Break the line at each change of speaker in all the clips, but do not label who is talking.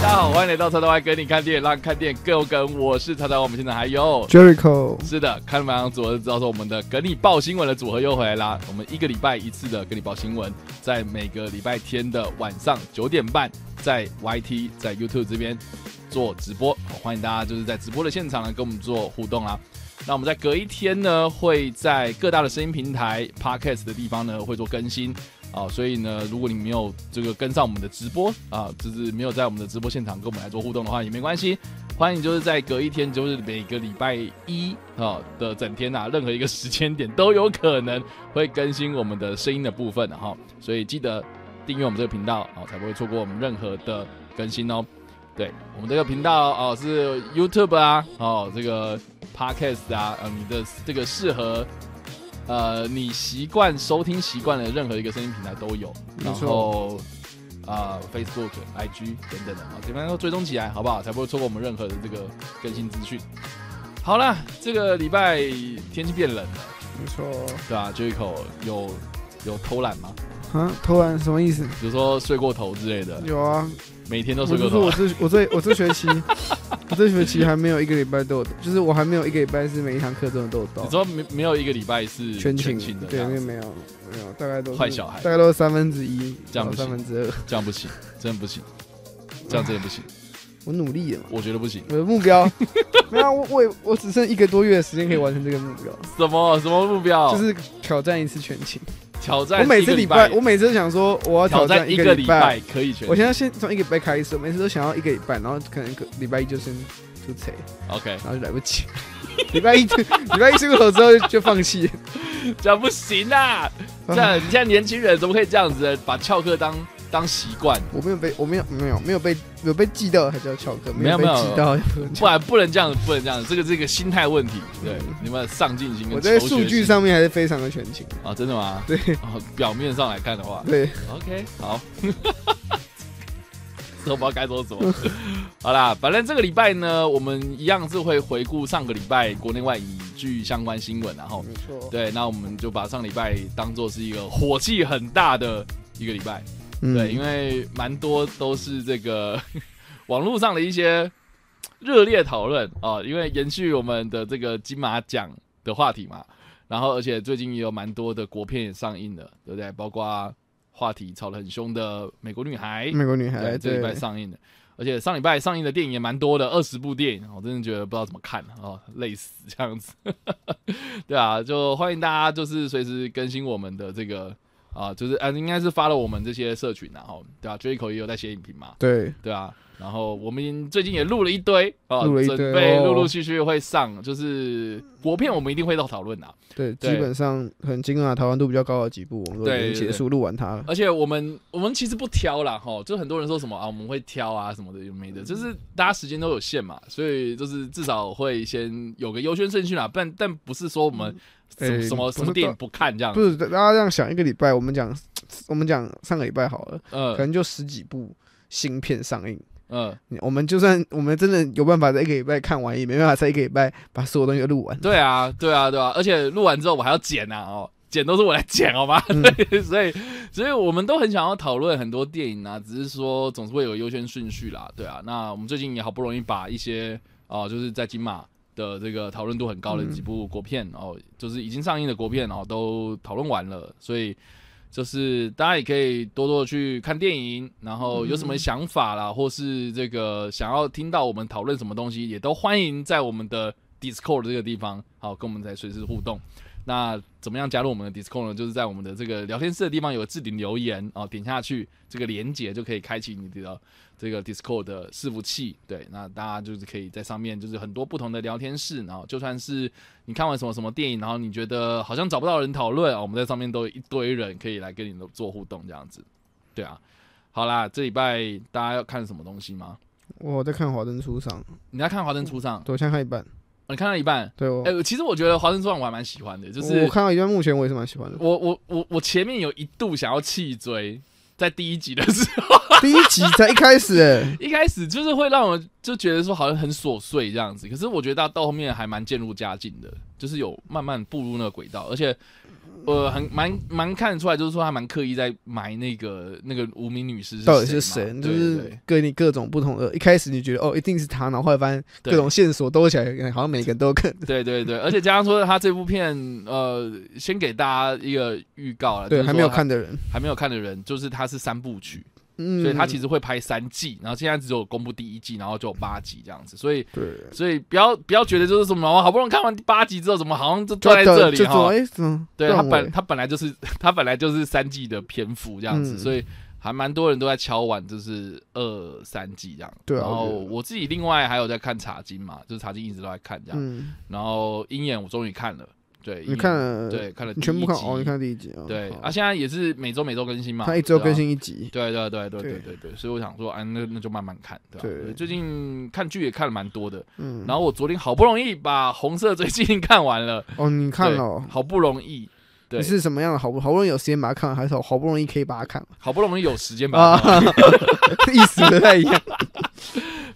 家好，欢迎来到叉叉 Y 跟你看电影，让看电影更有梗。我是叉叉 Y，我们现在还有
Jericho，
是的，看完组合就知道说我们的梗你报新闻的组合又回来啦。我们一个礼拜一次的梗你报新闻，在每个礼拜天的晚上九点半，在 YT 在 YouTube 这边做直播，好欢迎大家就是在直播的现场呢跟我们做互动啦。那我们在隔一天呢，会在各大的声音平台 Podcast 的地方呢会做更新。啊，所以呢，如果你没有这个跟上我们的直播啊，就是没有在我们的直播现场跟我们来做互动的话，也没关系，欢迎就是在隔一天，就是每个礼拜一啊的整天啊，任何一个时间点都有可能会更新我们的声音的部分的啊哈、所以记得订阅我们这个频道啊，才不会错过我们任何的更新哦。对我们这个频道哦、是 YouTube 啊，哦这个 Podcast 啊，呃你的这个适合呃你习惯收听习惯的任何一个声音平台都有，然
没错
后啊、Facebook、IG 等等的啊，这边都追踪起来好不好？才不会错过我们任何的这个更新资讯。好啦，这个礼拜天气变冷了，
没错。
对吧、啊、？Jericho 有有偷懒吗？
啊，偷懒什么意思？
比如说睡过头之类的，
有啊，
每天都
我
睡
就
过
是
头
我
啊。
这我这我这学期，我这学期还没有一个礼拜都有，就是我还没有一个礼拜是每一堂课都有都有
你
到，
说没没有一个礼拜是
全
勤
勤
的这
对，
样
没有
子，
没有没有，大概都是
坏小孩
大概都是三分之一，
这样不行
三分之二。
这样不行，真的不行，这样真的不行，
我努力了嘛，
我觉得不行。
我的目标没有啊，我我也我只剩一个多月的时间可以完成这个目标，
什么什么目标？
就是挑战一次全勤。
挑战
我每
哦一个
次
礼
礼拜，我每次都想说我要
挑
战
一
个
礼
拜。
可以全勤。
我现在先从一个礼拜开始，我每次都想要一个礼拜，然后可能一个礼拜一就先出差，
OK，
然后就来不 及。礼拜一就礼拜一出口之后就就放弃。
这样不行啦！这样你现在年轻人怎么可以这样子把翘课当当习惯？
我没有被，我没有没有没有被有被记到还叫翘课，
没有
被
没有
记到。
不然不能这样子，不能这样子，这个是一个心态问题。对，你们的上进心跟
嗯我在
求学
数据
心
上面还是非常的全勤。
啊，真的吗？
对
哦，表面上来看的话，
对，
OK，好， 这我不知道该说什么。好啦，反正这个礼拜呢，我们一样是会回顾上个礼拜国内外影剧相关新闻，然后
没错。
对，那我们就把上礼拜当做是一个火气很大的一个礼拜，
嗯
对，因为蛮多都是这个 网络上的一些热烈讨论啊，因为延续我们的这个金马奖的话题嘛，然后而且最近也有蛮多的国片也上映了，对不对？包括话题吵得很凶的《美国女孩》
美国女
对，
孩
这礼拜
哎对，
上映的，而且上礼拜上映的电影也蛮多的，二十部电影，我真的觉得不知道怎么看哦，累死这样子。 对啊，就欢迎大家就是随时更新我们的这个啊，就是啊，应该是发了我们这些社群然、啊、后对啊 j a c o 也有在写影评嘛，
对，
对啊，然后我们最近也录了一堆啊，
录了一堆
准备
哦
陆陆续续会上，就是国片我们一定会到讨论的啊。
对，
对
基本上可能金马台湾度比较高的几部，我们都已
对对
经结
对
束录完它了。
而且我们我们其实不挑啦，哈，就很多人说什么啊，我们会挑啊什么的，有没的，就是大家时间都有限嘛，所以就是至少会先有个优先顺序啦，但但不是说我们什么、
哎
什么
不是
什么电影不看这样
不，是，大家这样想，一个礼拜我们讲，我们讲上个礼拜好了，
嗯
可能就十几部新片上映。
嗯，
你我们就算我们真的有办法在一个礼拜看完，也没办法在一个礼拜把所有东西都录完。
对啊，对啊，对啊，而且录完之后我还要剪啊，哦，剪都是我来剪，好吗？
嗯
对， 所以所以我们都很想要讨论很多电影啊，只是说总是会有优先顺序啦，对啊。那我们最近也好不容易把一些哦、就是在金马的这个讨论度很高的
嗯
几部国片、哦，就是已经上映的国片哦，都讨论完了，所以。就是大家也可以多多地去看电影，然后有什
嗯
么想法啦，或是这个想要听到我们讨论什么东西，也都欢迎在我们的 Discord 这个地方，好跟我们来随时互动。那怎么样加入我们的 Discord 呢？就是在我们的这个聊天室的地方有个置顶留言哦，点下去这个连接就可以开启你的这个 Discord 的伺服器。对，那大家就是可以在上面就是很多不同的聊天室，然后就算是你看完什么什么电影，然后你觉得好像找不到人讨论啊，我们在上面都有一堆人可以来跟你做互动这样子。对啊，好啦，这礼拜大家要看什么东西吗？
我在看《华灯初上》，
你在看《华灯初上》
对我现在看一半，
哦你看到一半。
对我，
哎、其实我觉得《华灯初上》我还蛮喜欢的，就是
我看到一段，目前我也是蛮喜欢的。
我我我我前面有一度想要弃追，在第一集的时候，
第一集才一开始、 欸，
一开始就是会让我就觉得说好像很琐碎这样子，可是我觉得到到后面还蛮渐入佳境的，就是有慢慢步入那个轨道，而且呃，很蛮蛮看得出来，就是说他蛮刻意在埋那个那个无名女士是
到底是
谁
谁
嘛，
就
对
是
对
给你各种不同的。一开始你觉得哦，一定是他，然后后来发现
对
各种线索兜起来，好像每个人都有可能。
对对对，而且加上说他这部片，呃，先给大家一个预告了，就
对，
是
还没有
说他
看的人，
还没有看的人，就是它是三部曲，
嗯，
所以它其
实
实会拍三季，然后现在只有公布第一季，然后就有八集这样子，所以
对，
所以不要不要觉得就是什么，我好不容易看完第八集之后，怎么好像就坐在这里
就说
哈？
哎，怎么
对他
断尾
本他本来就是他本来就是三季的篇幅这样子，
嗯
所以还蛮多人都在敲碗，就是二三季这样。
对啊
然后
我觉得
我自己另外还有在看茶经嘛，就是茶经一直都在看这样。
嗯，
然后鹰眼我终于看了，对，鹰
你
眼
看了，
对看了
你全部
第一
看
集
哦，你看第一集哦，
对
好
啊，现在也是每周每周更新嘛，
他一周
对啊
更新一集，
对对对对对
对
对对，所以我想说，哎，那那就慢慢看，对吧？
对
最近看剧也看了蛮多的，
嗯，
然后我昨天好不容易把《红色追击令》 看完了，
哦，你看了哦，
好不容易，对
你，是什么样的好不好不容易有时间把它看完，还是好不容易可以把它看完
好不容易有时间把它
啊
看完，？
意思不太 一样，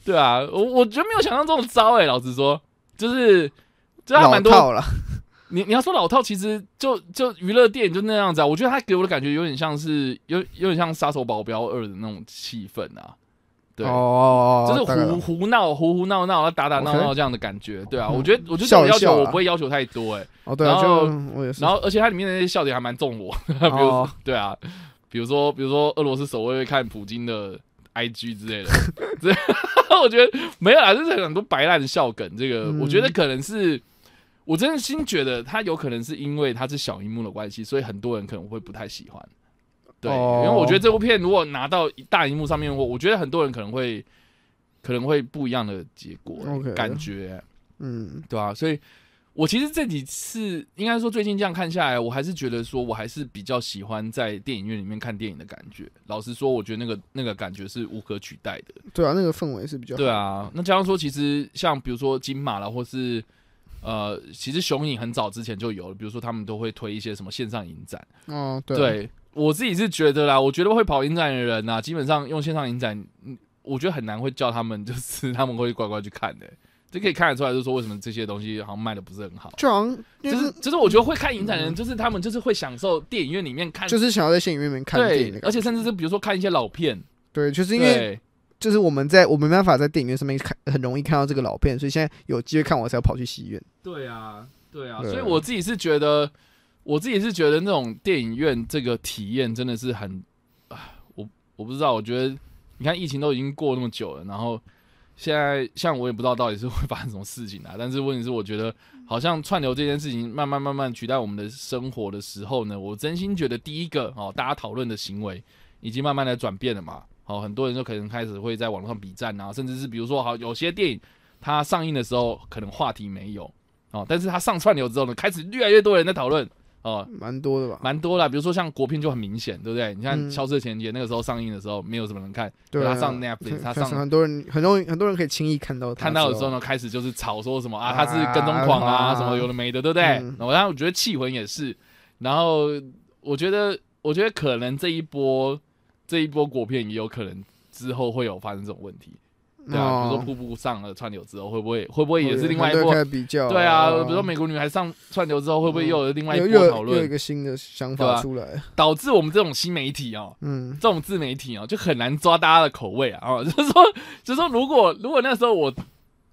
对啊，我我觉得没有想象中的糟哎，老实说，就是。就还
老
啊蛮多，
套了，
你你要说老套，其实就就娱乐电影就那样子啊。我觉得他给我的感觉有点像是有有点像《杀手保镖二》的那种气氛啊，对，
哦，
就是
大概
胡
了
胡闹、胡胡闹闹、打打闹闹这样的感觉，对啊，
嗯
我觉得我就
笑一
要求
笑啦
我不会要求太多，哎，
哦，对啊，
然后
就我也是，
然后而且它里面的那些笑点还蛮中我， 比如
哦
说对啊，比如说比如说俄罗斯守卫会看普京的 IG 之类 的，这 我觉得没有啦，就是很多白烂的笑梗，这个
嗯
我觉得可能是。我真的心觉得他有可能是因为他是小荧幕的关系，所以很多人可能会不太喜欢。对，
哦
因为我觉得这部片如果拿到大荧幕上面，我我觉得很多人可能会可能会不一样的结果
OK
感觉
嗯，
对啊，所以我其实这几次应该说最近这样看下来，我还是觉得说我还是比较喜欢在电影院里面看电影的感觉。老实说，我觉得那个那个感觉是无可取代的。
对啊，那个氛围是比较好
对，啊，那加上说，其实像比如说金马啦，或是呃，其实雄影很早之前就有了，比如说他们都会推一些什么线上影展。
哦，对啊，
我自己是觉得啦，我觉得会跑影展的人呐、基本上用线上影展，嗯我觉得很难会叫他们，就是 他们会乖乖去看的、这可以看得出来，就是说为什么这些东西好像卖的不是很好。
就好像
就
就是是
就是，我觉得会看影展的人，就是他们就是会享受电影院里面看，
就是想要在电影院里面看电影
对
的，感
而
觉，
且甚至是比如说看一些老片，
对，就是因为
对
就是我们在我没办法在电影院上面看，很容易看到这个老片，所以现在有机会看，我才要跑去戏院。
对啊，对啊，
对
所以我自己是觉得，我自己是觉得那种电影院这个体验真的是很，啊我我不知道，我觉得你看疫情都已经过那么久了，然后现在像我也不知道到底是会发生什么事情啊， 但是问题是，我觉得好像串流这件事情慢慢慢慢取代我们的生活的时候呢，我真心觉得第一个哦，大家讨论的行为已经慢慢的转变了嘛。好、很多人就可能开始会在网络上比战啊，甚至是比如说，好有些电影它上映的时候可能话题没有哦，但是它上串流之后呢，开始越来越多人在讨论哦，
蛮多的吧？
蛮多啦。比如说像国片就很明显，对不对？你看《
嗯
消失的情人节》那个时候上映的时候，没有什么人看，
对
他
啊，
上 Netflix，他上
很多人很容易很多人可以轻易看到他
看到的时候
呢，
呢，开始就是吵说什么啊，他
啊
是跟踪狂啊，
啊
什么有的没的，对不对？
嗯
然后然后我觉得气魂也是，然后我觉得，我觉得可能这一波这一波国片也有可能之后会有发生这种问题，对啊，比如说
哦
瀑布上了串流之后，会不会会不会也是
对
另外一
很
波？
多人开始比较，
对啊，
哦
比如说美国女孩上串流之后，会不会又有另外一
有
波
又
讨
有又有一
论，
个新的想
对啊
法出来，
导致我们这种新媒体哦，
嗯，
这种自媒体啊，就很难抓大家的口味啊。啊， 就是说，就是说，如果如果那时候我，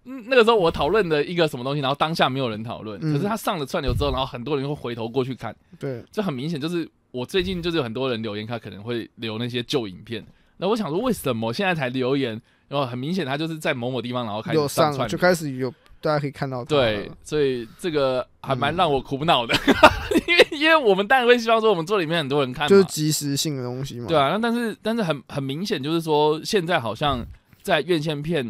嗯那个时候我讨论的一个什么东西，然后当下没有人讨论，
嗯
可是他上了串流之后，然后很多人会回头过去看，
对，
就很明显就是我最近就是有很多人留言，他可能会留那些旧影片。那我想说，为什么现在才留言？然后很明显，他就是在某某地方，然后开
有
始上
上
串
就
流。
开始有大家可以看到他了，嗯
对，所以这个还蛮让我苦恼的， 因为因为我们当然会希望说，我们做里面很多人看嘛，
就是即时性的东西嘛，
对啊，那但是但是很很明显，就是说现在好像在院线片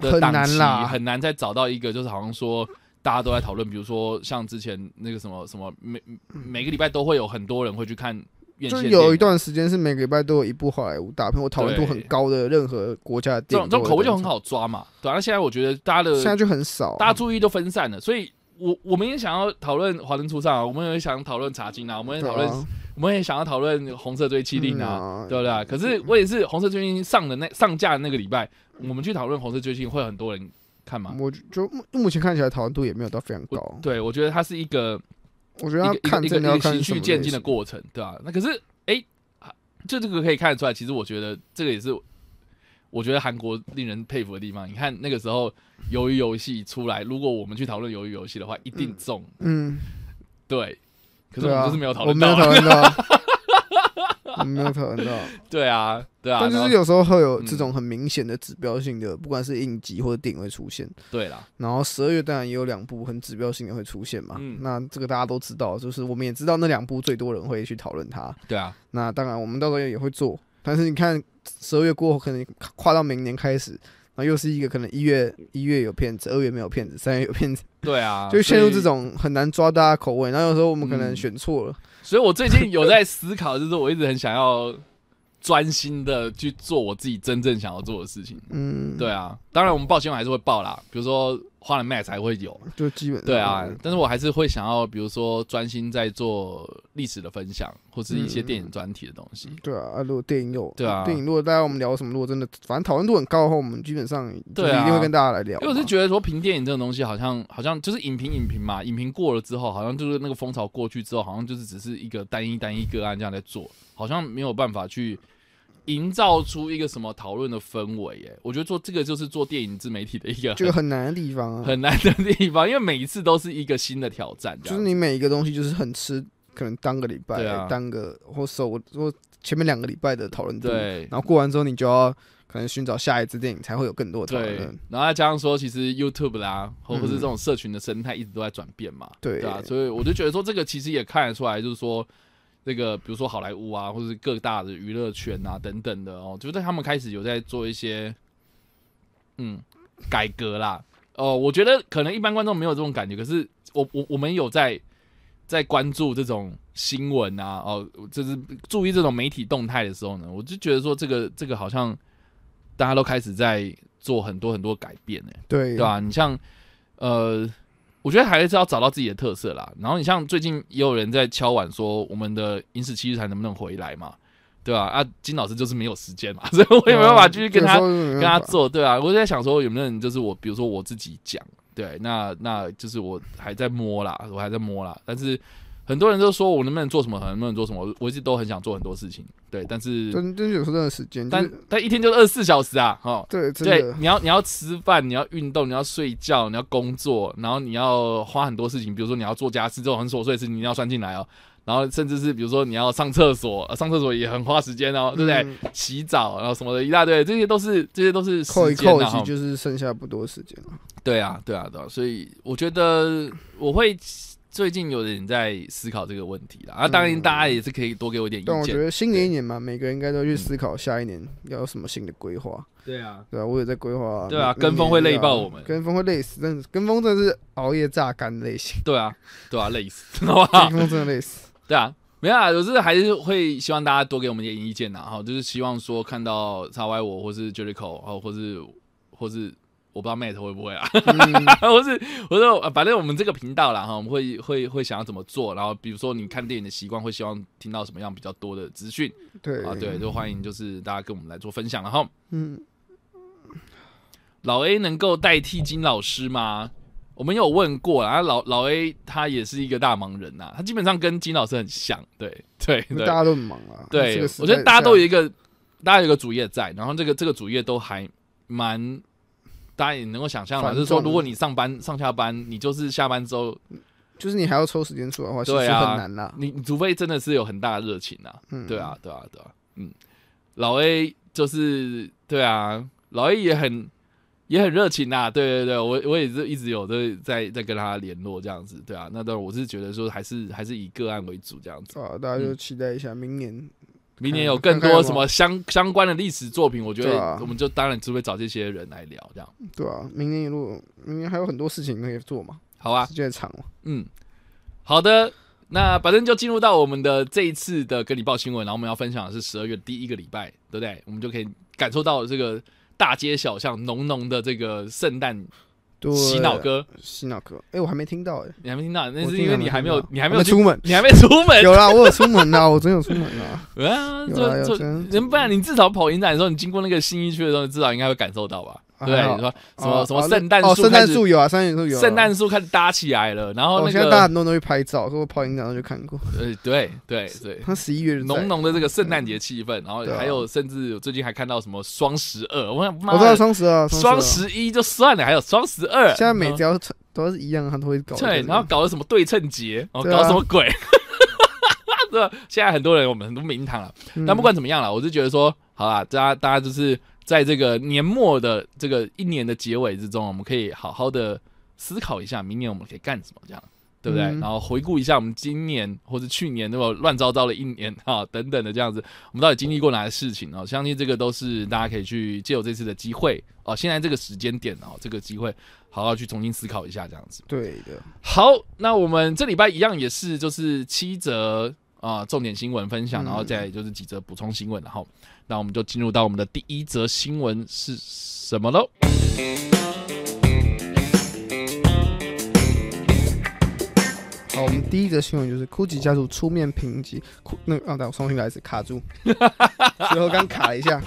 的
很
档
难
期
啦
很难再找到一个，就是好像说大家都在讨论，比如说像之前那个什么什么，每每个礼拜都会有很多人会去看院
就
线
是
电影，
有一段时间是每个礼拜都有一部好莱坞大片，我讨论度
对
很高的任何国家的
这
电
种
影，
这种口味就很。好抓嘛，对啊。那现在我觉得大家的
现在就很少，
大家注意都分散了，所以。我我们也想要讨论《华灯初上》啊，我们也想讨论《茶经》啊，我们也
对
讨论，
啊
我们也想要讨论《红色追妻令》啊，
嗯
对不对？可是问题是，红色追星上的那上架的那个礼拜，我们去讨论红色追星，会很多人看吗？
嗯我就就目目前看起来讨论度也没有到非常
我
高，
对，我觉得它是一个
我觉得要
一个
看
一个一
真
个
的要
一个
看
循
是什
序
么
渐
类
进的
型
过程，对吧、那可是哎、啊就这个可以看得出来，其实我觉得这个也是我觉得韩国令人佩服的地方。你看那个时候鱿鱼游戏出来，如果我们去讨论鱿鱼游戏的话，一定中、
嗯，
对。可是
对
我们
啊，
就是没有讨
我
论
没有
到，
讨 论到，我没有讨论到。
对啊，对啊，
但
然
就是
后
有时候会有这
嗯
种很明显的指标性的，不管是应急或者电影会出现。
对啊啦，
然后十二月当然也有两部很指标性的会出现嘛，
嗯
那这个大家都知道，就是我们也知道那两部最多人会去讨论它。
对啊，
那当然我们到时候也会做，但是你看十二月过后，可能跨到明年开始，然后又是一个可能一月一月有骗子，二月没有骗子，三月有骗子，
对啊，
就陷入
所以
这。种很难抓大家口味。然后有时候我们可
嗯
能选错了，
所以我最近有在思考，就是我一直很想要专心的去做我自己真正想要做的事情。
嗯，
对，啊，当然我们报新闻还是会报啦，比如说花了 Max 还会有，
就基本上
对啊，但是我还是会想要，比如说专心在做历史的分享，或是一些电影专题的东西。
对啊，啊如果电影有
对啊
电影如果大家我们聊什么，如果真的反正讨论度很高的话，我们基本上就是
对啊
一定会跟大家来聊嘛。
因为我是觉得说评电影这种东西，好像好像就是影评影评嘛，影评过了之后，好像就是那个风潮过去之后，好像就是只是一个单一单一个案这样在做，好像没有办法去营造出一个什么讨论的氛围。耶，我觉得做这个就是做电影自媒体的一个很
这个很难的地方啊，
很难的地方，因为每一次都是一个新的挑战，这
就
样
是你每一个东西就是很吃，可能当个礼拜、
对啊
当个或首或前面两个礼拜的讨论度，
对
然后过完之后你就要可能寻找下一支电影才会有更多的讨
对
论。，
然后再加上说，其实 YouTube 啦，或
嗯
或是这种社群的生态一直都在转变嘛，
对
啊，所以我就觉得说，这个其实也看得出来，就是说，这个比如说好莱坞啊，或是各大的娱乐圈啊等等的哦，就是他们开始有在做一些嗯改革啦。哦，我觉得可能一般观众没有这种感觉，可是我我我们有在在关注这种新闻啊，哦，就是注意这种媒体动态的时候呢，我就觉得说，这个这个好像大家都开始在做很多很多改变呢、
对
对吧、啊你像呃，我觉得还是要找到自己的特色啦。然后你像最近也有人在敲碗说，我们的影史七日谈能不能回来嘛？对吧、啊？金老师就是没有时间嘛， 所以我也没办法继续跟他
啊这个时候就没
跟他
办法
做，对啊，我就在想说有没有人就是我，比如说我自己讲，对，那那就是我还在摸啦，我还在摸啦，但是很多人都说我能不能做什么，能不能做什么，我我一直都很想做很多事情，对，但是
真真有时候真的时间，就
但
是
但一天就二十四小时啊，哈。
对真
对
的，
你要你要吃饭，你要运动，你要睡觉，你要工作，然后你要花很多事情，比如说你要做家事这种很琐碎的事情，你一定要算进来哦。然后甚至是比如说你要上厕所，呃上厕所也很花时间哦，对不对？
嗯
洗澡，然后什么的一大堆，这些都是这些都是时
扣一
间
扣，
啊
其
哈
实就是剩下不多时间了。
对啊，对啊，对啊，所以我觉得我会最近有点在思考这个问题啦。啊，当然
嗯
大家也是可以多给我一点意
但我
见。
觉得新的一年嘛，每个人应该
嗯
都去思考下一年要有什么新的规划。
对啊，
对啊，我也在规划。
对啊
明
跟风会累
明年
爆
要
我们
跟风会累死，但是跟风真的是熬夜榨干 类型，
对啊，对啊，累死， 好不好
跟？风真的累死。
对啊，没有啊，我是还是会希望大家多给我们一点意见呐，哈，就是希望说看到叉 Y 我或是 Jericho 哦，或是或是我不知道 Matt 会不会啊，
嗯
我是我说，呃反正我们这个频道啦哈，我们会会会想要怎么做，然后比如说你看电影的习惯，会希望听到什么样比较多的资讯
对
啊，对，，就欢迎就是大家跟我们来做分享，然后
嗯，
老 A 能够代替金老师吗？我们有问过啦，啊老老 A 他也是一个大忙人呐、他基本上跟金老师很像，对对
因为
对
大家都很忙啊。这
对，
个时
我觉得大
代啊
家
下
都有一个大家有一个主业在，然后这个这个主业都还蛮。大家也能够想象嘛，
繁
就是说，
重
如果你上班上下班，你就是下班之后
就是你还要抽时间出来的话，其实
对
很
啊
难啦。
你你除非真的是有很大的热情啊，
嗯，
对啊，，对啊，对啊，嗯，老 A 就是对啊，老 A 也很也很热情啊，对对对，我我也是一直有在在在跟他联络这样子，对啊，那当然我是觉得说还是还是以个案为主这样子，
对啊，大家
嗯
就期待一下明年。
明年
嗯
有更
看看
多
有没有
什么相相关的历史作品，我觉
对
得
啊
我们就当然只会找这些人来聊这样，
对啊，明年一路，明年还有很多事情可以做嘛，
好啊，
时间也长嘛。
嗯，好的，那反正就进入到我们的这一次的跟你报新闻，然后我们要分享的是十二月第一个礼拜，对不对？我们就可以感受到这个大街小巷浓浓的这个圣诞
对，
洗脑，歌，
洗脑歌。哎，我还没听到哎，
你还没听到？那
我
是
听
因为
没
你还没
听
有
到，
你还没
啊我
有出，
出门。
你还没出门。
有啦，我有出门啦，我真有出门啦。
啊，
有啦有
就
真
就，不然你至少跑影展的时候，你经过那个新一区的时候，你至少应该会感受到吧？
啊
对，
还好
你说 什
哦
么什么
哦那
圣诞
哦，
树，
圣诞树有啊，圣诞树有啊，
圣诞树开始搭起来了，然后
哦，
那
现在大家
个
很多人都会拍照，说我跑影展我就看 过，
呃，对对对，
他十一月就在
浓，浓的这个圣诞节气氛，然后
对啊
还有甚至我最近还看到什么双十二，我想妈
我知道
的，
双十二，
双
十
十一就算了，还有双十二，
二，现在每
嗯
只要都是一样，他都会搞这个。
对，然后搞的什么对称节，哦，
对啊
搞什么鬼？ 对吧，现在很多人我们很多名堂了，
嗯
但不管怎么样了，我是觉得说，好啦，大家大家就是在这个年末的这个一年的结尾之中，我们可以好好的思考一下，明年我们可以干什么，这样对不对？
嗯
然后回顾一下我们今年或者去年那么乱糟糟的一年啊，等等的这样子，我们到底经历过哪些事情啊？相信这个都是大家可以去借由这次的机会哦、现在这个时间点哦、这个机会好好去重新思考一下，这样子。
对的，
好，那我们这礼拜一样也是就是七则啊、重点新闻分享，
嗯
然后再就是几则补充新闻，然后那我们就进入到我们的第一则新闻是什么喽？
好，我们第一则新闻就是 GUCCI 家族出面评级，库那个啊，等我重新来一次，卡住，最后刚卡了一下。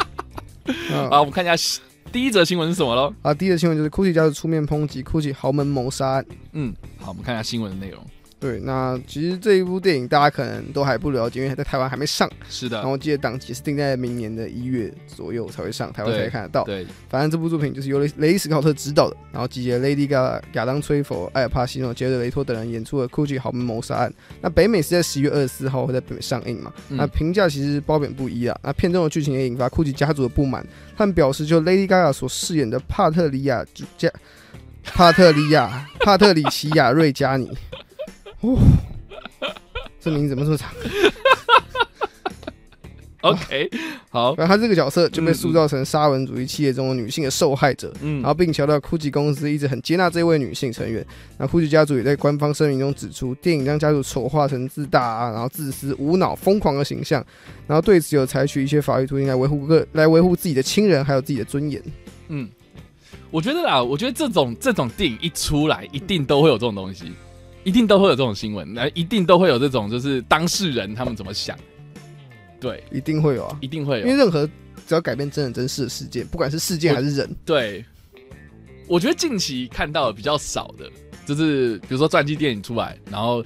啊，
啊
我们看一下第一则新闻是什么喽？
啊！第一则新闻就是 GUCCI 家族出面抨击 GUCCI 豪门谋杀案。
嗯，好，我们看一下新闻的内容。
对，那其实这一部电影大家可能都还不了解，因为在台湾还没上。
是
然
的
后，我记得档期是定在明年的一月左右才会上，台湾才
对
看得到。
对，
反正这部作品就是由雷雷伊·史考特执导的，然后集结 Lady Gaga、亚当·崔佛、艾尔·帕西诺、杰瑞·雷托等人演出的《Gucci 豪门谋杀案》。那北美是在十月二十四号会在北美上映嘛？
嗯
那评价其实褒贬不一啊。那片中的剧情也引发 Gucci 家族的不满，他们表示就 Lady Gaga 所饰演的帕特里亚就加帕特里亚帕特里奇亚瑞加尼，哦，这名字怎么这么长？
OK，好，
然后他这个角色就被塑造成沙文主义企业中的女性的受害者。
嗯
然，后并强调 GUCCI 公司一直很接纳这位女性成员。那 GUCCI 家族也在官方声明中指出，电影将家族丑化成自大、啊，然后自私、无脑、疯狂的形象，然后对此有采取一些法律途径来维护个来维护自己的亲人还有自己的尊严。
嗯，我觉得啦，我觉得这种这种电影一出来，一定都会有这种东西，一定都会有这种新闻，那一定都会有这种就是当事人他们怎么想，对，
一定会有啊，
一定会
因
有
为。任何只要改变真人真事的事件，不管是事件还是人，
对，我觉得近期看到的比较少的，就是比如说传记电影出来，然后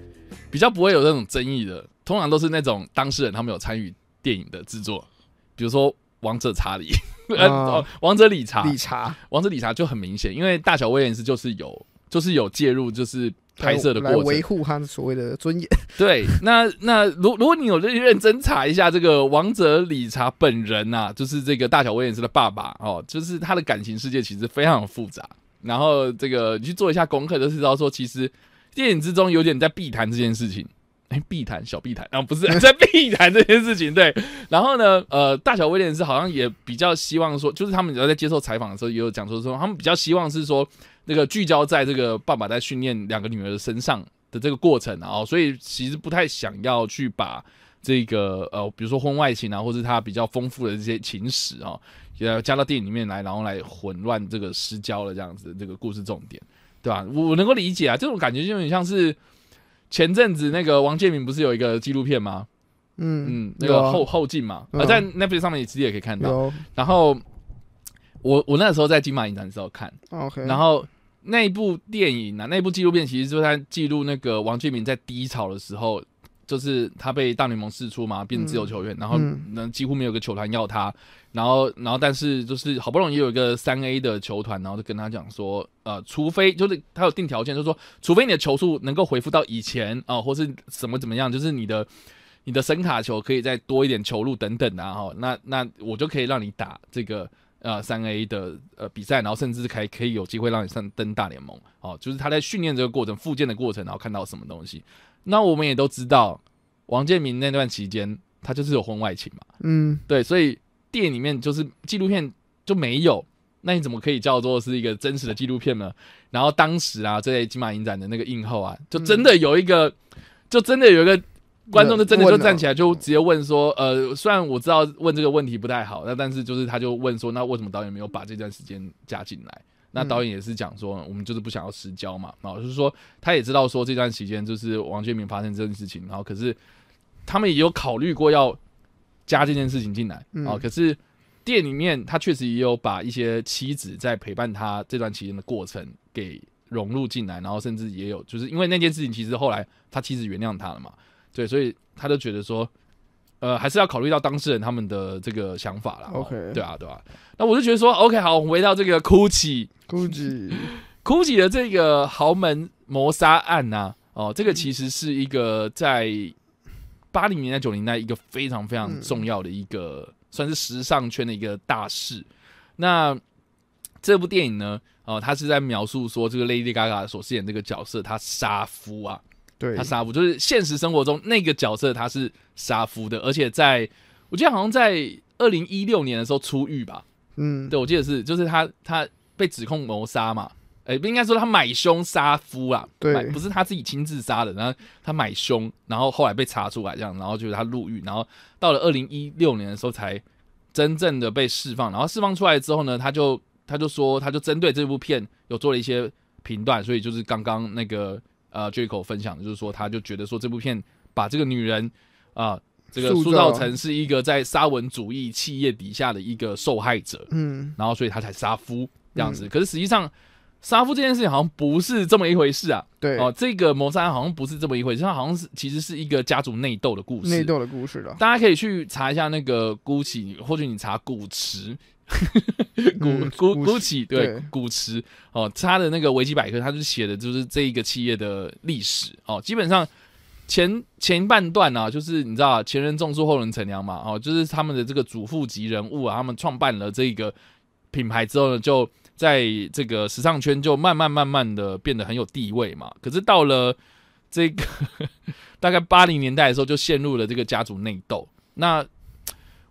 比较不会有那种争议的，通常都是那种当事人他们有参与电影的制作，比如说《王者查理》 呃，
啊
哦王者理查》
理查
王者理查就很明显，因为大小威廉斯就是有就是有介入，就是拍摄的
来
过
维
程。
护他所谓的尊严。
对，那那如如果你有认认真查一下这个王者理查本人呐、就是这个大小威廉斯的爸爸哦，就是他的感情世界其实非常复杂。然后这个你去做一下功课，就知道说其实电影之中有点在避谈这件事情。哎，避谈小避谈啊，不是 在避谈这件事情。对，然后呢，呃，大小威廉斯好像也比较希望说，就是他们在接受采访的时候也有讲说说，他们比较希望是说那个聚焦在这个爸爸在训练两个女儿的身上的这个过程啊、哦，所以其实不太想要去把这个呃，比如说婚外情啊，或是他比较丰富的这些情史啊、哦，也加到电影里面来，然后来混乱这个失焦了这样子的这个故事重点，对吧、我我能够理解啊，这种感觉就有点像是前阵子那个王建民不是有一个纪录片吗？
嗯
嗯，那个
有啊
后后进嘛，
嗯
呃，在 Netflix 上面其实也可以看到。
有
然后我我那时候在金马影展的时候看，
OK，
然后那一部电影啊，那一部纪录片其实就在记录那个王俊民在低潮的时候，就是他被大联盟释出嘛，变成自由球员，然后
嗯
那几乎没有个球团要他，然后然后但是就是好不容易有一个三 A 的球团，然后就跟他讲说，呃，除非就是他有定条件，就是说，除非你的球速能够恢复到以前啊、或是怎么怎么样，就是你的。你的声卡球可以再多一点球路等等啊，哈，那那我就可以让你打这个呃三 A 的呃比赛，然后甚至还可以有机会让你上登大联盟。哦，就是他在训练这个过程、复健的过程，然后看到什么东西。那我们也都知道，王建民那段期间他就是有婚外情嘛，
嗯
对，所以电影里面就是纪录片就没有。那你怎么可以叫做是一个真实的纪录片呢？然后当时啊，在金马影展的那个映后啊，就真的有一个，就真的有一个观众就真的就站起来就直接问说，呃，虽然我知道问这个问题不太好，那但是就是他就问说，那为什么导演没有把这段时间加进来？那导演也是讲说，我们就是不想要失焦嘛，然后就是说他也知道说这段时间就是王建民发生这件事情，然后可是他们也有考虑过要加这件事情进来啊、
嗯
哦可是电里面他确实也有把一些妻子在陪伴他这段期间的过程给融入进来，然后甚至也有就是因为那件事情，其实后来他妻子原谅他了嘛，对，所以他就觉得说，呃，还是要考虑到当事人他们的这个想法啦。
OK
哦对啊，对啊。那我就觉得说，OK，好，我们回到这个 Gucci
估计
Gucci 的这个豪门谋杀案呐、哦，这个其实是一个在八零年代、九零年代一个非常非常重要的一个，算是时尚圈的一个大事。那这部电影呢，哦，它是在描述说这个 Lady Gaga 所饰演这个角色，她杀夫啊，
对
他，杀夫，就是现实生活中那个角色他是杀夫的，而且在我记得好像在二零一六年的时候出狱吧？
嗯，
对，我记得是，就是他他被指控谋杀嘛，哎、不应该说他买凶杀夫啊，
对
买不是他自己亲自杀的，然后他买凶，然后后来被查出来这样，然后就是他入狱，然后到了二零一六年的时候才真正的被释放，然后释放出来之后呢，他就他就说他就针对这部片有做了一些评断，所以就是刚刚那个呃 j a c o 分享的，就是说他就觉得说这部片把这个女人啊、这个
塑
塑造
造
成是一个在沙文主义企业底下的一个受害者，
嗯，
然后所以他才杀夫这样子。可是实际上，杀夫这件事情好像不是这么一回事啊。
对，
哦，这个谋杀案好像不是这么一回事，它好像是其实是一个家族内斗的故事。
内斗的故事了，
大家可以去查一下那个 Gucci，或许你查古驰， 古
嗯
古
古驰
Gucci 对
对
古驰哦，它的那个维基百科，它就写的就是这一个企业的历史哦，基本上。前前半段啊，就是你知道、啊、前人种树后人乘凉嘛，哦，就是他们的这个主妇级人物啊，他们创办了这个品牌之后呢，就在这个时尚圈就慢慢慢慢的变得很有地位嘛。可是到了这个 大概八零年代的时候，就陷入了这个家族内斗。那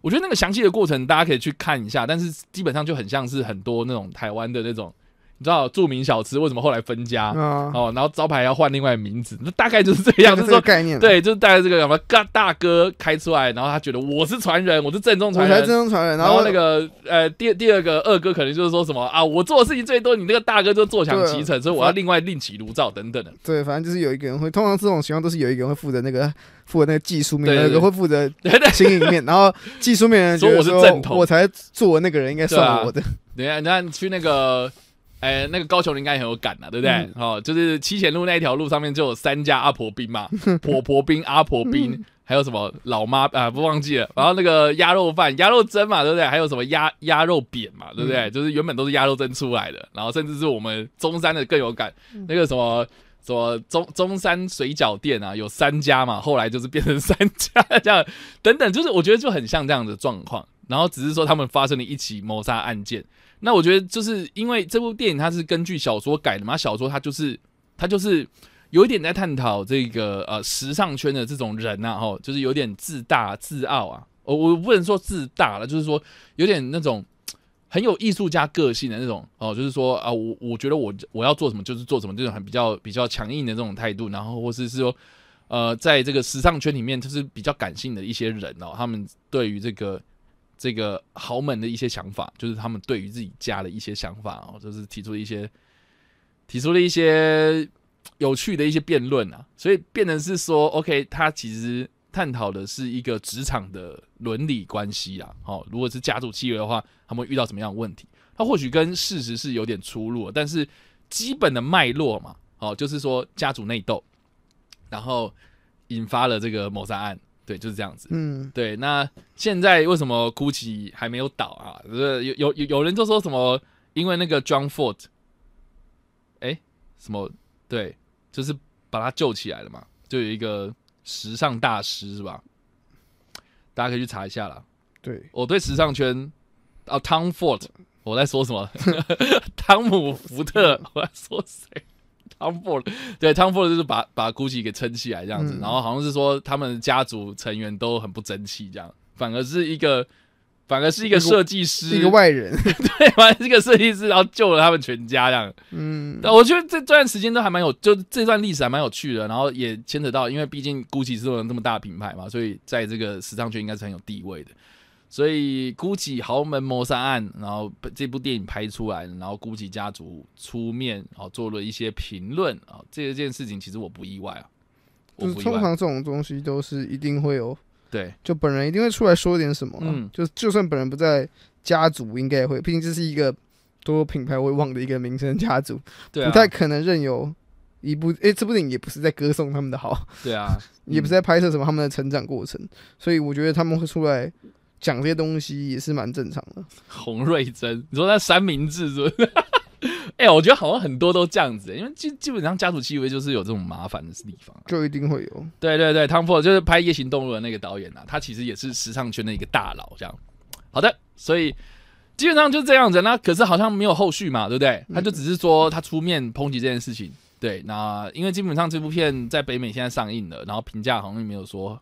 我觉得那个详细的过程大家可以去看一下，但是基本上就很像是很多那种台湾的那种，你知道著名小吃为什么后来分家、
啊，
哦，然后招牌要换另外名字，那大概就是这样，就
大概
是
这个
说。
概 念，，啊
对，就是大概这个什么大大哥开出来，然后他觉得我是传人，我是正宗
我
传
才
人
真，正传人，
然
后
后那个呃，第第二个二哥可能就是说什么啊，我做的事情最多，你那个大哥就坐享其成，所以我要另外另起炉灶等等的。
对，反正就是有一个人会，通常这种情况都是有一个人会负责那个负责那个技术面，
对对
有一
对
个会负责
对对，
经营面，然后技术面的人觉得
说我是正统
我才做那个人应该
对啊
算我的，
等一下，等一下去那个，哎、那个高雄你应该很有感啊，对不对？
嗯
哦，就是七贤路那一条路上面就有三家阿婆冰嘛，婆婆冰、阿婆冰，还有什么老妈啊，不忘记了。然后那个鸭肉饭、鸭肉蒸嘛，对不对？还有什么鸭鸭肉扁嘛，对不对？就是原本都是鸭肉蒸出来的，然后甚至是我们中山的更有感，那个什么。什么中中山水饺店啊，有三家嘛，后来就是变成三家这样，等等，就是我觉得就很像这样的状况。然后只是说他们发生了一起谋杀案件，那我觉得就是因为这部电影它是根据小说改的嘛，小说它就是它就是有一点在探讨这个呃时尚圈的这种人呐、啊，吼，就是有点自大自傲啊，我我不能说自大了，就是说有点那种。很有艺术家个性的那种哦，就是说啊，我我觉得我我要做什么就是做什么，这种很比较比较强硬的这种态度，然后或是是说，呃，在这个时尚圈里面，就是比较感性的一些人哦，他们对于这个这个豪门的一些想法，就是他们对于自己家的一些想法哦，就是提出了一些提出了一些嗯有趣的一些辩论啊，所以变成是说，OK，他其实探讨的是一个职场的伦理关系啊。哦，如果是家族企业的话，他们会遇到什么样的问题？它或许跟事实是有点出入的，但是基本的脉络嘛，哦，就是说家族内斗，然后引发了这个谋杀案，对，就是这样子。
嗯，
对，那现在为什么 GUCCI 还没有倒啊？就是有有有有人就说什么，因为那个 John Ford，哎、什么对，就是把他救起来了嘛，就有一个时尚大师是吧？大家可以去查一下啦。
对，
我对时尚圈啊，Tom Ford，我在说什么？ 汤姆福特，我在说谁？Tom Ford，对，Tom Ford 就是把把 GUCCI 给撑起来这样子，
嗯
然后好像是说他们家族成员都很不争气，这样，反而是一个。反而是一个
一个
设计师，
是一个外人，
对，反而是一个设计师，然后救了他们全家这样。
嗯，
但我觉得这段时间都还蛮有，就这段历史还蛮有趣的，然后也牵扯到，因为毕竟 GUCCI 是这么这么大的品牌嘛，所以在这个时尚圈应该是很有地位的。所以 GUCCI 豪门谋杀案，然后被这部电影拍出来，然后 GUCCI 家族出面哦做了一些评论啊，哦这件事情其实我不意外啊，我
就是
不意
嗯通
外，
常这种东西都是一定会有，
对
就本人一定会出来说点什么啦，
嗯
就就算本人不在家族应该也会，毕竟这是一个多品牌威望的一个名声家族，
对啊，
不太可能任由一部诶、这部电影也不是在歌颂他们的好，
对啊，
也不是
嗯
在拍摄什么他们的成长过程，所以我觉得他们会出来讲这些东西也是蛮正常的。
洪瑞珍，你说那三明治是不是？ 哎、我觉得好像很多都这样子、因为基基本上家族企业就是有这种麻烦的地方、
就一定会有，
对对对，汤 Ford 就是拍《夜行动物》的那个导演啊，他其实也是时尚圈的一个大佬，这样。好的，所以基本上就这样子。那可是好像没有后续嘛，对不对？
嗯
他就只是说他出面抨击这件事情。对，那因为基本上这部片在北美现在上映了，然后评价好像也没有说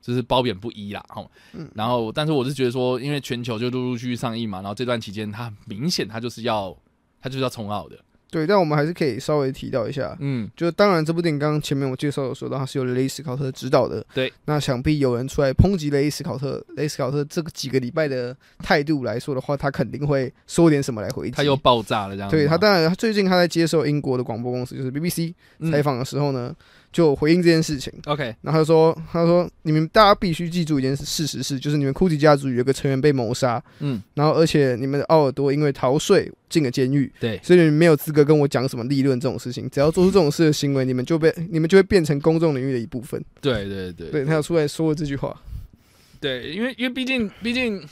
就是褒贬不一啦，吼。
嗯
然后，但是我是觉得说，因为全球就陆陆续续上映嘛，然后这段期间他明显他就是要他就是要冲奥的，
对，但我们还是可以稍微提到一下，
嗯，
就当然，这部电影刚刚前面我介绍有说到，它是由雷斯考特执导的。
对，
那想必有人出来抨击雷斯考特，雷斯考特这个几个礼拜的态度来说的话，他肯定会说点什么来回击。
他又嗯爆炸了这样子嘛。
对他，当然他最近他在接受英国的广播公司就是 BBC 采
嗯、
访的时候呢，就回应这件事情。
OK，
然后他说：“他说你们大家必须记住一件事，事实是，就是你们库吉家族有一个成员被谋杀，
嗯，
然后而且你们的奥尔多因为逃税进了监狱，
对，
所以你们没有资格跟我讲什么利润这种事情。只要做出这种事的行为，你们就被你们就会变成公众领域的一部分。
对对对
对他有出来说了这句话，
对，因为因为毕竟毕竟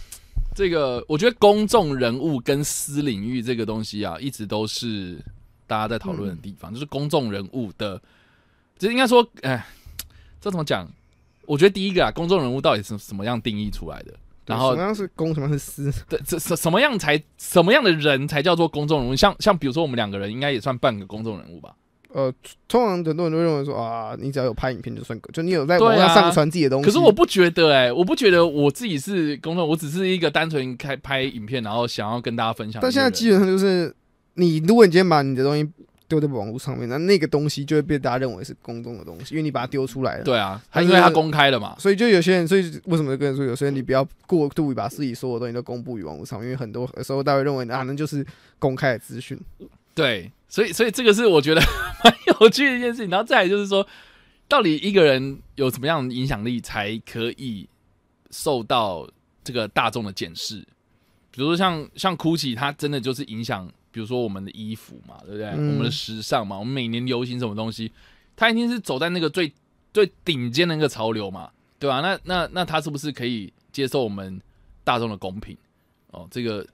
这个，我觉得公众人物跟私领域这个东西啊，一直都是大家在讨论的
嗯
地方，就是公众人物的，就是应该说，哎，这怎么讲？我觉得第一个啊，公众人物到底是什么样定义出来的？然后
对什么样是公，什么样是私，
对，这什什么样才什么样的人才叫做公众人物？像像比如说我们两个人，应该也算半个公众人物吧？
呃，通常很多人都认为说啊，你只要有拍影片就算够，就你有在
对啊
网上上传自己的东西。
可是我不觉得哎、我不觉得我自己是公众，我只是一个单纯开拍影片，然后想要跟大家分享的一个人。
但现在基本上就是你，如果你今天把你的东西丢在网络上面，那那个东西就会被大家认为是公众的东西，因为你把它丢出来了。
对啊，他
但
因
是
为他公开了嘛，
所以就有些人，所以为什么跟人说，有些人你不要过度于把自己所有东西都公布于网络上，因为很多时候大家会认为啊，那就是公开的资讯。
对，所以所以这个是我觉得 蛮有趣的一件事情。然后再来就是说，到底一个人有什么样的影响力才可以受到这个大众的检视？比如说像像 GUCCI，它真的就是影响，比如说我们的衣服嘛，对不对？
嗯
我们的时尚嘛，我们每年流行什么东西，它一定是走在那个最最顶尖的那个潮流嘛，对吧、那那那它是不是可以接受我们大众的公平？哦，这个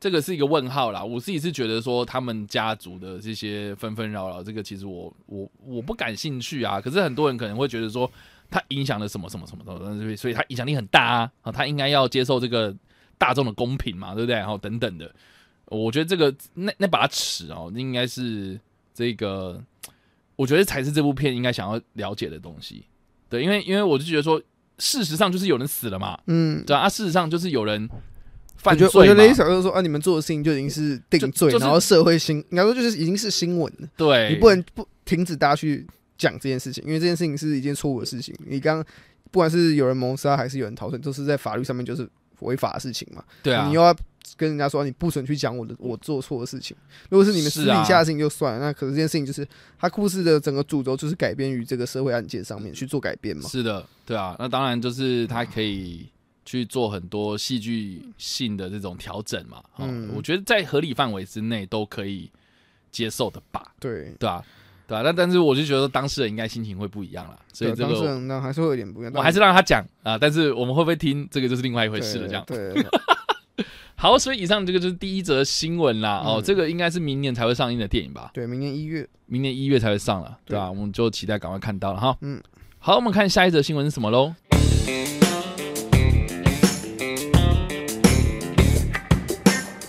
这个是一个问号啦。我自己是觉得说他们家族的这些纷纷扰扰，这个其实我我我不感兴趣啊。可是很多人可能会觉得说，他影响了什么什么什么什么，所以所以他影响力很大啊，啊，他应该要接受这个大众的公平嘛，对不对？然后等等的，我觉得这个那那把尺哦，应该是这个，我觉得才是这部片应该想要了解的东西。对，因为因为我就觉得说，事实上就是有人死了嘛，
嗯，
对啊，啊事实上就是有人
我
犯
觉
罪
得我觉得
嘛
雷小就是说啊，你们做的事情就已经是定罪，
就就是
然后社会新，应该说就是已经是新闻了，
对，
你不能不停止大家去讲这件事情，因为这件事情是一件错误的事情。你刚不管是有人谋杀还是有人逃税，都是在法律上面就是违法的事情嘛。
对啊，
你又要跟人家说你不准去讲我的我做错的事情。如果是你们私
是啊
底下的事情就算了，那可是这件事情就是他故事的整个主轴就是改编于这个社会案件上面去做改编嘛。
是的，对啊，那当然就是他可以去做很多戏剧性的这种调整嘛。嗯
嗯，
我觉得在合理范围之内都可以接受的吧，
对，
对啊，对啊。那但是我就觉得当事人应该心情会不一样啦，所以
对啊
这
当事
个
人那还是会有点不一样，
我还是让他讲啊。但是我们会不会听，这个就是另外一回
会
事了。这样
对，对对
好，所以以上这个就是第一则新闻啦。哦，
嗯
这个应该是明年才会上映的电影吧？
对，明年一月
明年一月才会上了，对啊
对
吧、我们就期待赶快看到了哈。嗯
嗯，
好，我们看下一则新闻是什么喽？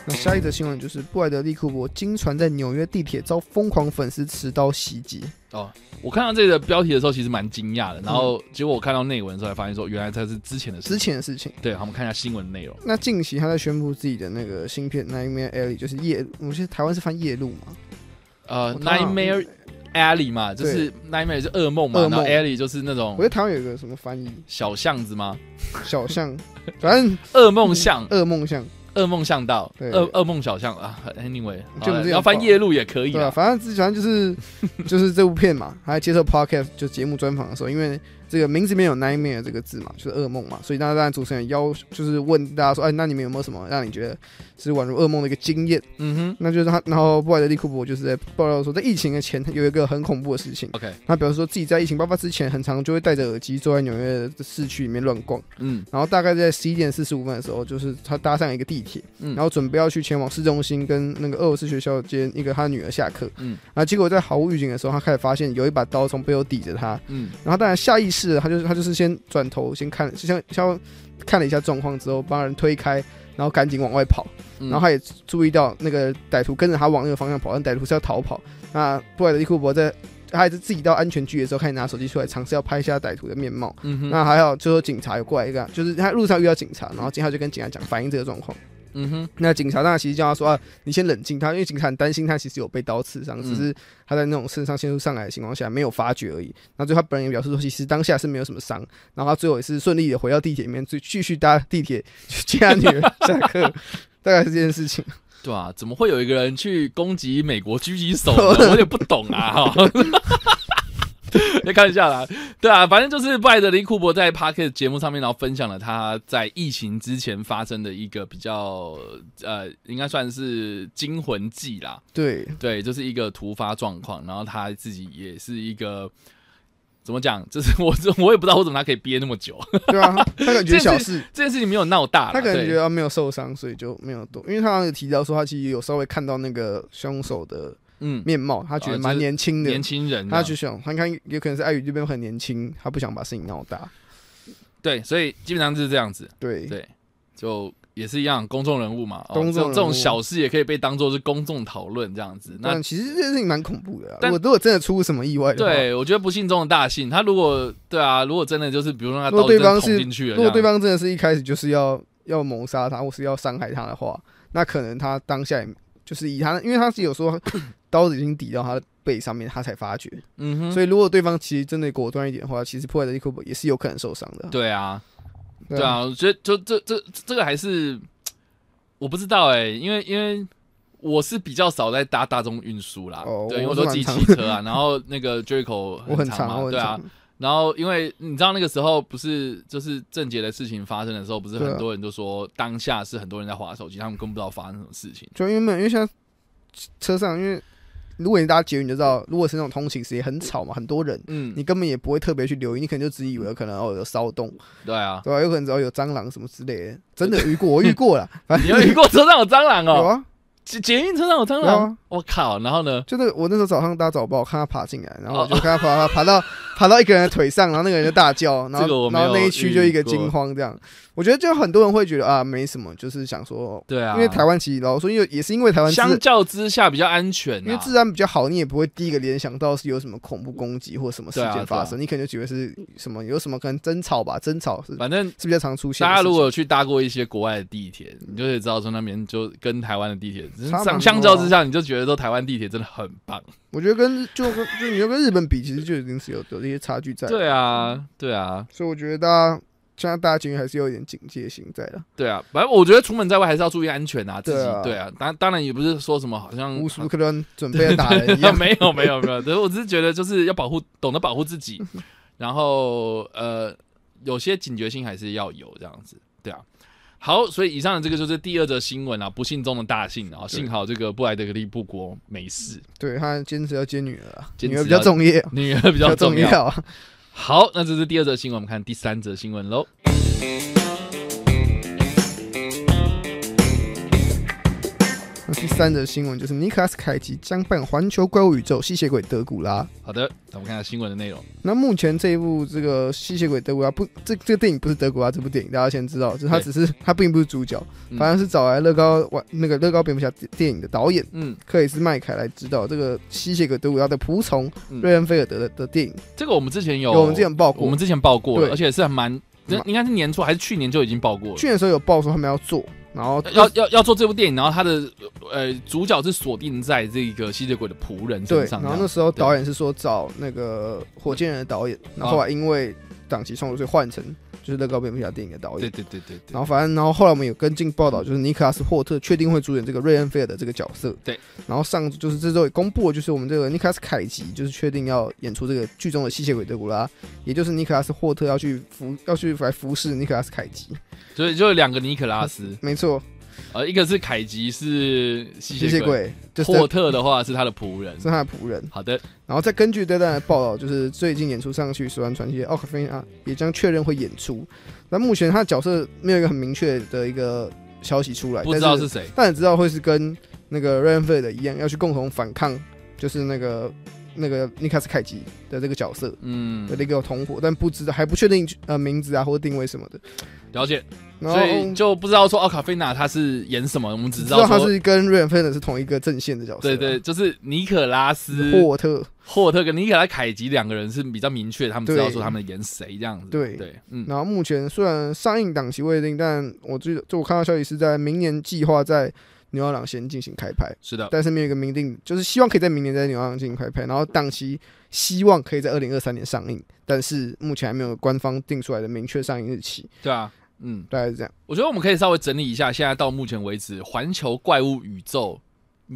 那下一则新闻就是布莱德利库珀经传在纽约地铁遭疯狂粉丝持刀袭击。
哦，我看到这个标题的时候，其实蛮惊讶的。然后结果我看到内文的时候，才发现说，原来这是嗯之前的事。
之，前的事情，
对，好我们看一下新闻内容。
那近期他在宣布自己的那个新片《Nightmare Alley》，就是夜，我记得台湾是翻夜路嘛，
呃
我看到
，Nightmare Alley 嘛，就是 Nightmare 是噩梦嘛，
噩
然
梦
后 Alley 就是那
我
种
觉得台湾有一个什么翻译，
小巷子吗？
小巷，反正
噩梦巷，
噩梦巷，
噩梦巷道，
对
噩噩梦小巷啊。Anyway，
就
好
不
了
是
要
有
翻
报
夜路也可以
对啊，
啊。
反正之前就是就是这部片嘛，他接受 podcast 就节目专访的时候，因为这个名字里面有 nightmare 这个字嘛，就是噩梦嘛，所以那当然主持人要就是问大家说，哎，那你们有没有什么让你觉得是宛如噩梦的一个经验？
嗯哼
那就是他，然后布莱德利库珀就是在爆料说，在疫情的前有一个很恐怖的事情，
，OK，
他表示说自己在疫情爆发之前，很常就会戴着耳机坐在纽约的市区里面乱逛，
嗯
然后大概在十一点四十五分的时候，就是他搭上一个地铁，
嗯
然后准备要去前往市中心跟那个俄罗斯学校接一个他女儿下课，
嗯
然后结果在毫无预警的时候，他开始发现有一把刀从背后抵着他，
嗯
然后当然下意识的他就是他就是先转头先看，就像像看了一下状况之后，帮人推开，然后赶紧往外跑，
嗯，
然后他也注意到那个歹徒跟着他往那个方向跑，但歹徒是要逃跑，那布莱德利库珀在。他还是自己到安全区的时候，开始拿手机出来尝试要拍下歹徒的面貌。
嗯哼
那还好，最后警察有过来一个，就是他路上遇到警察，然后警察就跟警察讲反映这个状况。
嗯哼
那警察当然其实叫他说啊，你先冷静他，因为警察很担心他其实有被刀刺伤，
嗯
只是他在那种肾上腺素上来的情况下没有发觉而已。那最后他本人也表示说，其实当下是没有什么伤，然后他最后也是顺利的回到地铁里面，就继续搭地铁去接他女儿下 课。大概是这件事情，
对啊，怎么会有一个人去攻击美国狙击 手呢？我有点不懂啊，哈。 来看一下啦，对啊，反正就是布莱德利库珀在 p a r k e t 节目上面，然后分享了他在疫情之前发生的一个比较呃，应该算是惊魂记啦，
对，
对，就是一个突发状况，然后他自己也是一个怎么讲，就是我我也不知道为什么他可以憋那么久，
对啊，他感觉小事，
这件事情没有闹大啦，
他可能
对
觉得他没有受伤，所以就没有动，因为他好像有提到说他其实有稍微看到那个凶手的
嗯，
面貌，他觉
哦
得
就是
蛮年轻的，啊
年轻人啊这
他
样，
就想，他看有可能是碍于这边很年轻，他不想把事情闹大，
对，所以基本上就是这样子。
对，
对，就也是一样，公众人物嘛，哦、
公众
这种这
人
种
物
小事也可以被当做是公众讨论这样子。那
但其实这件事情蛮恐怖的啊。
但
如果如果真的出什么意外的话，
对我觉得不幸中的大幸，他如果对啊，如果真的就是比如说他
如
刀
果对
真的
方
捅
是
进去了
如
这
果
样，
对方真的是一开始就是要要谋杀他或是要伤害他的话，那可能他当下也就是以他，因为他是有时候 刀子已经抵到他的背上面，他才发觉。
嗯哼，
所以如果对方其实真的果断一点的话，其实破坏的利库也是有可能受伤的啊。
对啊，
对
对啊，我觉得就这这这个还是我不知道哎、因为因为我是比较少在搭大众运输啦，
哦
对，因为
我
我
是
都
蛮
自己
常
骑车啊，然后那个 Jericho
我很
长嘛，
长，我很
对啊
长，，
然后，因为你知道那个时候不是就是郑杰的事情发生的时候，不是
对啊
很多人都说当下是很多人在划手机，他们根本不知道发生什么事情。
就因为没有，因为现在车上，因为如果你搭捷运，你就知道，如果是那种通勤时间很吵嘛，很多人，
嗯，
你根本也不会特别去留意，你可能就只以为有可能哦有骚动，
对啊，
对吧、有可能只要有蟑螂什么之类的，真的有遇过，我遇过了，反
你
正
有遇过车上有蟑螂
有
哦？
啊，
捷捷运车上有蟑
有
螂
啊？
我靠！然后呢？
就那个我那时候早上搭早报，我看他爬进来，然后我
哦
就看他爬爬爬到 爬到一个人的腿上，然后那个人就大叫，然
这个我
后
没有
然后那一区就一个
遇过
惊慌这样。我觉得就很多人会觉得啊没什么，就是想说，
对啊，
因为台湾其实老实说，因为也是因为台湾治
相较之下比较安全
因为
啊。
治安比较好，你也不会第一个联想到是有什么恐怖攻击或什么事
对啊
件发生，
对
你可能就觉得是什么有什么可能争吵吧，争吵是
反正
是比较常出现的
大
事情。
家如果有去搭过一些国外的地铁，你就可以知道说那边就跟台湾的地铁
差蛮多
相
啊
相较之下，你就觉得说台湾地铁真的很棒。
我觉得跟就跟就你就跟日本比，其实就已经是有有一些差距在。，
对啊，对啊。
所以我觉得大家现在大家其实还是有一点警戒心在的，
对啊，反正我觉得出门在外还是要注意安全啊，自己
对啊
对啊，当当然也不是说什么好像
无 时无刻都准备要打人一样。
嗯没有没有没有，对，我只是觉得就是要保护，懂得保护自己，然后呃，有些警觉性还是要有这样子，对啊。好，所以以上的这个就是第二则新闻啊，不幸中的大幸啊，幸好这个布莱德利布国没事，
对他坚持要接女儿啊，
坚持
女儿比较重要，
女儿比
比
较
重
重要。
啊。
好，那这是第二则新闻，我们看第三则新闻喽。
那 第三则新闻就是尼克拉斯凯奇将扮环球怪物宇宙吸血鬼德古拉。
好的，那我们看一下新闻的内容。
那目前这一部这个吸血鬼德古拉不，这这个电影不是德古拉这部电影，大家先知道，就是他
对
只是他并不是主角，
嗯
反而是找来乐高玩那个乐高蝙蝠侠电影的导演
嗯，
克里斯麦凯来指导这个吸血鬼德古拉的仆从
嗯
瑞恩菲尔德的的电影，
这个我们之前有，
有我们之前报过，
我们之前报过了，
哦对
而且是还蛮，
蛮
应该是年初还是去年就已经报过了
去。年的时候有报说他们要做，然后
要要要做这部电影，然后他的呃主角是锁定在这个吸血鬼的仆人
对，
身上，
然后那时候导演是说找那个火箭人的导演，然后后来因为档期冲突，所以换成就是《乐高蝙蝠侠》电影的导
对
演。
对对对对
然后反正，然后后来我们有跟进报道，就是尼克拉斯霍特确定会主演这个瑞恩菲尔的这个角色。
对。
然后上就是这周也公布了，就是我们这个尼克拉斯凯奇就是确定要演出这个剧中的吸血鬼德古拉，也就是尼克拉斯霍特要去服要去来服侍尼克拉斯凯奇。
所以就有两个尼可拉斯，
没错，
呃，一个是凯吉是吸
吸
血
血
鬼，
鬼就是
霍特的话是他的仆人。
是他的仆人。
好的，
然后再根据《对战》的报道，就是最近演出上去，《索兰传奇》哦奥卡菲亚啊也将确认会演出。那目前他的角色没有一个很明确的一个消息出来，
不知道
但
是
是
谁。
但也知道会是跟那个 r a n f o r d 一样，要去共同反抗，就是那个那个尼卡斯凯奇的这个角色
嗯
的，那个同伙，但不知道还不确定呃名字啊或者定位什么的。
了解。
然后
所以就不知道说奥卡菲娜她是演什么，我们只
知
知
道
道
他
说，
是跟 r a n f o r d 是同一个阵线的角色、啊
对对，，就是尼可拉斯
霍特。
霍特跟尼可拉凯吉两个人是比较明确，他们知道
对
说他们演谁这样子。
对
对，嗯，
然后目前虽然上映档期未定，但我记得就我看到消息是在明年计划在牛郎朗先进行开拍，
是的，
但是没有一个明定，就是希望可以在明年在牛郎朗进行开拍，然后档期希望可以在二零二三年上映，但是目前还没有官方定出来的明确上映日期，
对啊，嗯。
大概是这样。
我觉得我们可以稍微整理一下，现在到目前为止，环球怪物宇宙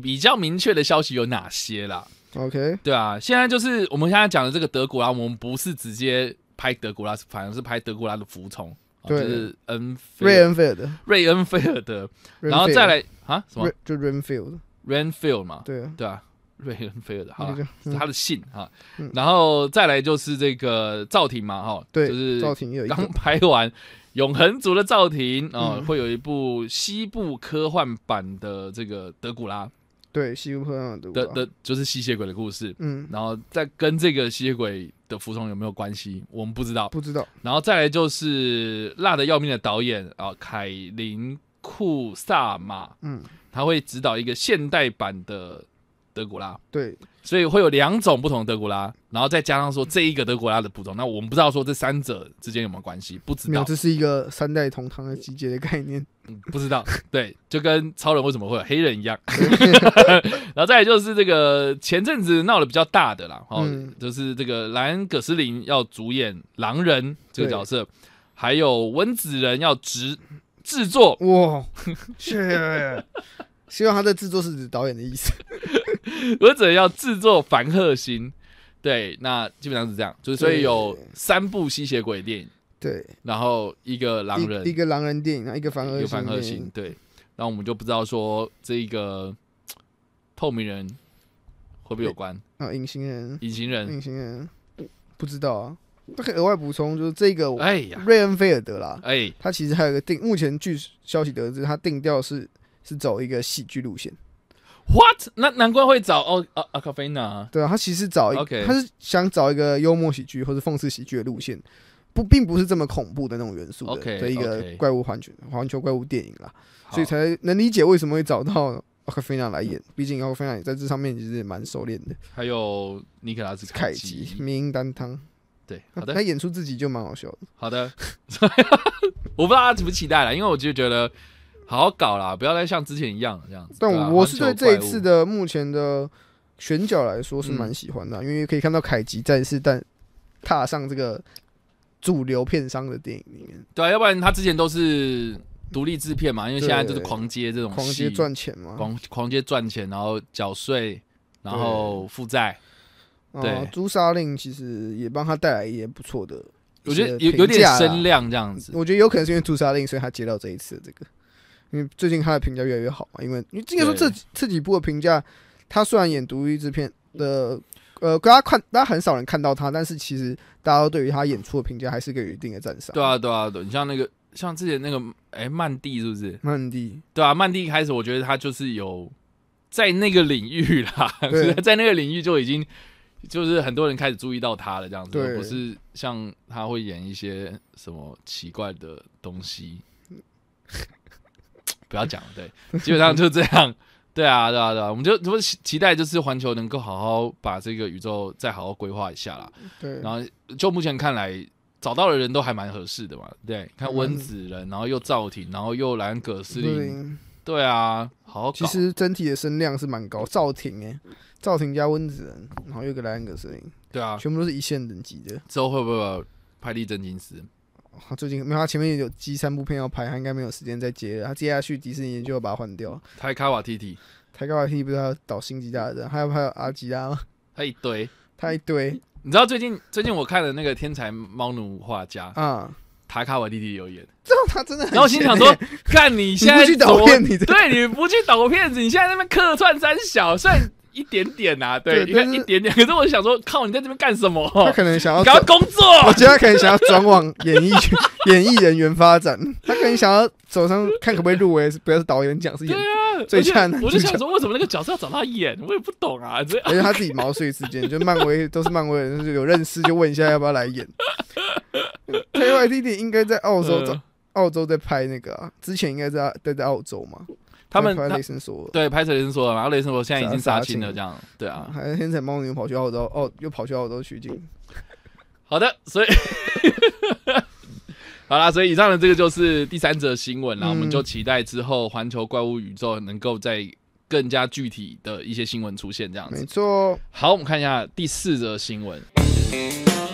比较明确的消息有哪些啦？
OK，
对啊，现在就是我们现在讲的这个德古拉，我们不是直接拍德古拉，反而是拍德古拉的服从，啊
对
就是恩菲
瑞
尔
恩菲尔德，
瑞恩菲尔德，然后再来啊什么
Renfield，就 Renfield，
Renfield 嘛，
对啊，
对啊，瑞恩菲尔德，好
那
啊
个，
是
就
他的姓哈
嗯，
然后再来就是这个赵婷嘛哈，
对，
就是
赵婷也有一
刚
个，
拍完《永恒族的赵婷》啊、
嗯
会有一部西部科幻版的这个德古拉
对，西部破浪的
的
毒吧，
的，就是吸血鬼的故事。
嗯，
然后再跟这个吸血鬼的服从有没有关系，我们不知道。
不知道，
然后再来就是辣的要命的导演啊，凯林库萨马，
嗯，
他会指导一个现代版的德古拉。
对，
所以会有两种不同的德古拉，然后再加上说这一个德古拉的补充，那我们不知道说这三者之间有没有关系，不知
没有，
道。
这是一个三代同堂的集结的概念。
嗯不知道，对，就跟超人为什么会有黑人 一样。 然后再来就是这个前阵子闹得比较大的啦，哦，
嗯
就是这个莱恩·葛斯林要主演狼人这个
对
角色，还有温子仁要执制作，
哇，是，希望他的制作是指导演的意 思。
温子仁要制作凡赫辛。对，那基本上是这样，就是所以
对
有三部吸血鬼电影，
对，
然后一个狼人
一一，个狼人电影，然后一个反
一
恶
个凡赫
电
辛
影，，
对，然后我们就不知道说这个透明人会不会有关。
啊，隐形人，
隐形人，
隐形人，不知道啊。那可以额外补充，就是这个
哎呀，
瑞恩菲尔德啦，
哎，
他其实还有一个定，目前据消息得知，他定调是是走一个喜剧路线。
What？那难怪会找哦啊阿卡菲娜，
对啊，他其实找一
OK
他是想找一个幽默喜剧或者讽刺喜剧的路线，不，并不是这么恐怖的那种元素的
OK，
的一个
OK
怪物环球环球怪物电影啦。
好嗯
所以才能理解为什么会找到奥克菲娜来演。毕竟奥克菲娜也在这上面其实也蛮熟练的，
还有尼克拉斯
凯哎吉
奇。
民音担当，
对，
他
好的
他，演出自己就蛮好笑的。
好的。 我不知道大家怎么期待了，因为我就觉得好好搞啦，不要再像之前一样这样子。
但
对啊
我是对这一
环
次，
球怪物
的目前的选角来说是蛮喜
嗯
欢的啊、因为可以看到凯吉再次但踏上这个主流片商的电影里面，
对啊，要不然他之前都是独立制片嘛，因为现在就是狂接这种
狂
戏
接赚钱嘛。
狂狂接赚钱，然后缴税，然后负债。
啊
对，
朱砂令其实也帮他带来也不错的。
我觉得有有点声量这样子，
我觉得有可能是因为朱砂令，所以他接到这一次的这个，因为最近他的评价越来越好嘛。因为因为应该说
对
这几这几部的评价，他虽然演独立制片的，呃，大家看大家很少人看到他，但是其实大家都对于他演出的评价还是给予一定的赞赏。
对，啊，对啊，对，你像那个，像之前那个，哎、曼蒂是不是？
曼蒂，
对啊，曼蒂一开始我觉得他就是有在那个领域啦，
对
在那个领域就已经就是很多人开始注意到他了，这样子，
对
而不是像他会演一些什么奇怪的东西， 不要讲了，对，基本上就这样。对啊，对啊，对啊，我们就我们期期待就是环球能够好好把这个宇宙再好好规划一下啦。
对，
然后就目前看来，找到的人都还蛮合适的嘛。对，看
嗯
温子仁，然后又赵婷，然后又莱恩·葛斯
对
林，对啊，好好搞。
其实整体的声量是蛮高。赵婷哎，赵婷加温子仁，然后又有个莱恩·葛斯林，欸
对啊，
全部都是一线等级的。
之后会不会有拍立正金丝？
他最近没有，他前面有几三部片要拍，他应该没有时间再接了。他接下去迪士尼就要把他换掉。
泰卡瓦蒂蒂，
泰高瓦蒂不是还要导星际大战，还有还有阿吉拉吗？
他一堆。
他一堆
你知道最近最近我看的那个天才猫奴画家
啊，
塔卡瓦蒂蒂有 演，
这样他真的很、欸。
然后我心想说，干你
你
现在
不去
怎
导
么
片，你这
对你不去抖骗子，你现在在那边客串三小，虽然一点点呐、啊，对，
对
你看
但
一
是
点点，可是我想说，靠，你在这边干什么？
他可能想要
你赶快工
我
作，
觉得他可能想要转往演艺圈 演艺人员发展，他可能想要走上看可不可以入围，不要是导演奖，是
对
演，
啊，
最
而且
恰男
我就
主
想
角
说，为什么那个角色要找他演，我也不懂啊， 这
而且他自己毛遂自荐，就漫威都是漫威人，就是有认识就问一下要不要来演。K Y D D 应该在澳洲找
嗯
澳洲在拍那个啊，之前应该在待在澳洲嘛，
他们
拍
他
雷神索
对拍摄雷神说了，然后雷神说现在已经杀
杀
青了，
青
这样对
尔
啊，，
还天才猫女跑去澳洲，哦，又跑去澳洲取景。
好的，所以 好啦，所以以上的这个就是第三则新闻啦，
嗯
我们就期待之后环球怪物宇宙能够在更加具体的一些新闻出现这样
没
子。
错，
好，我们看一下第四则新闻。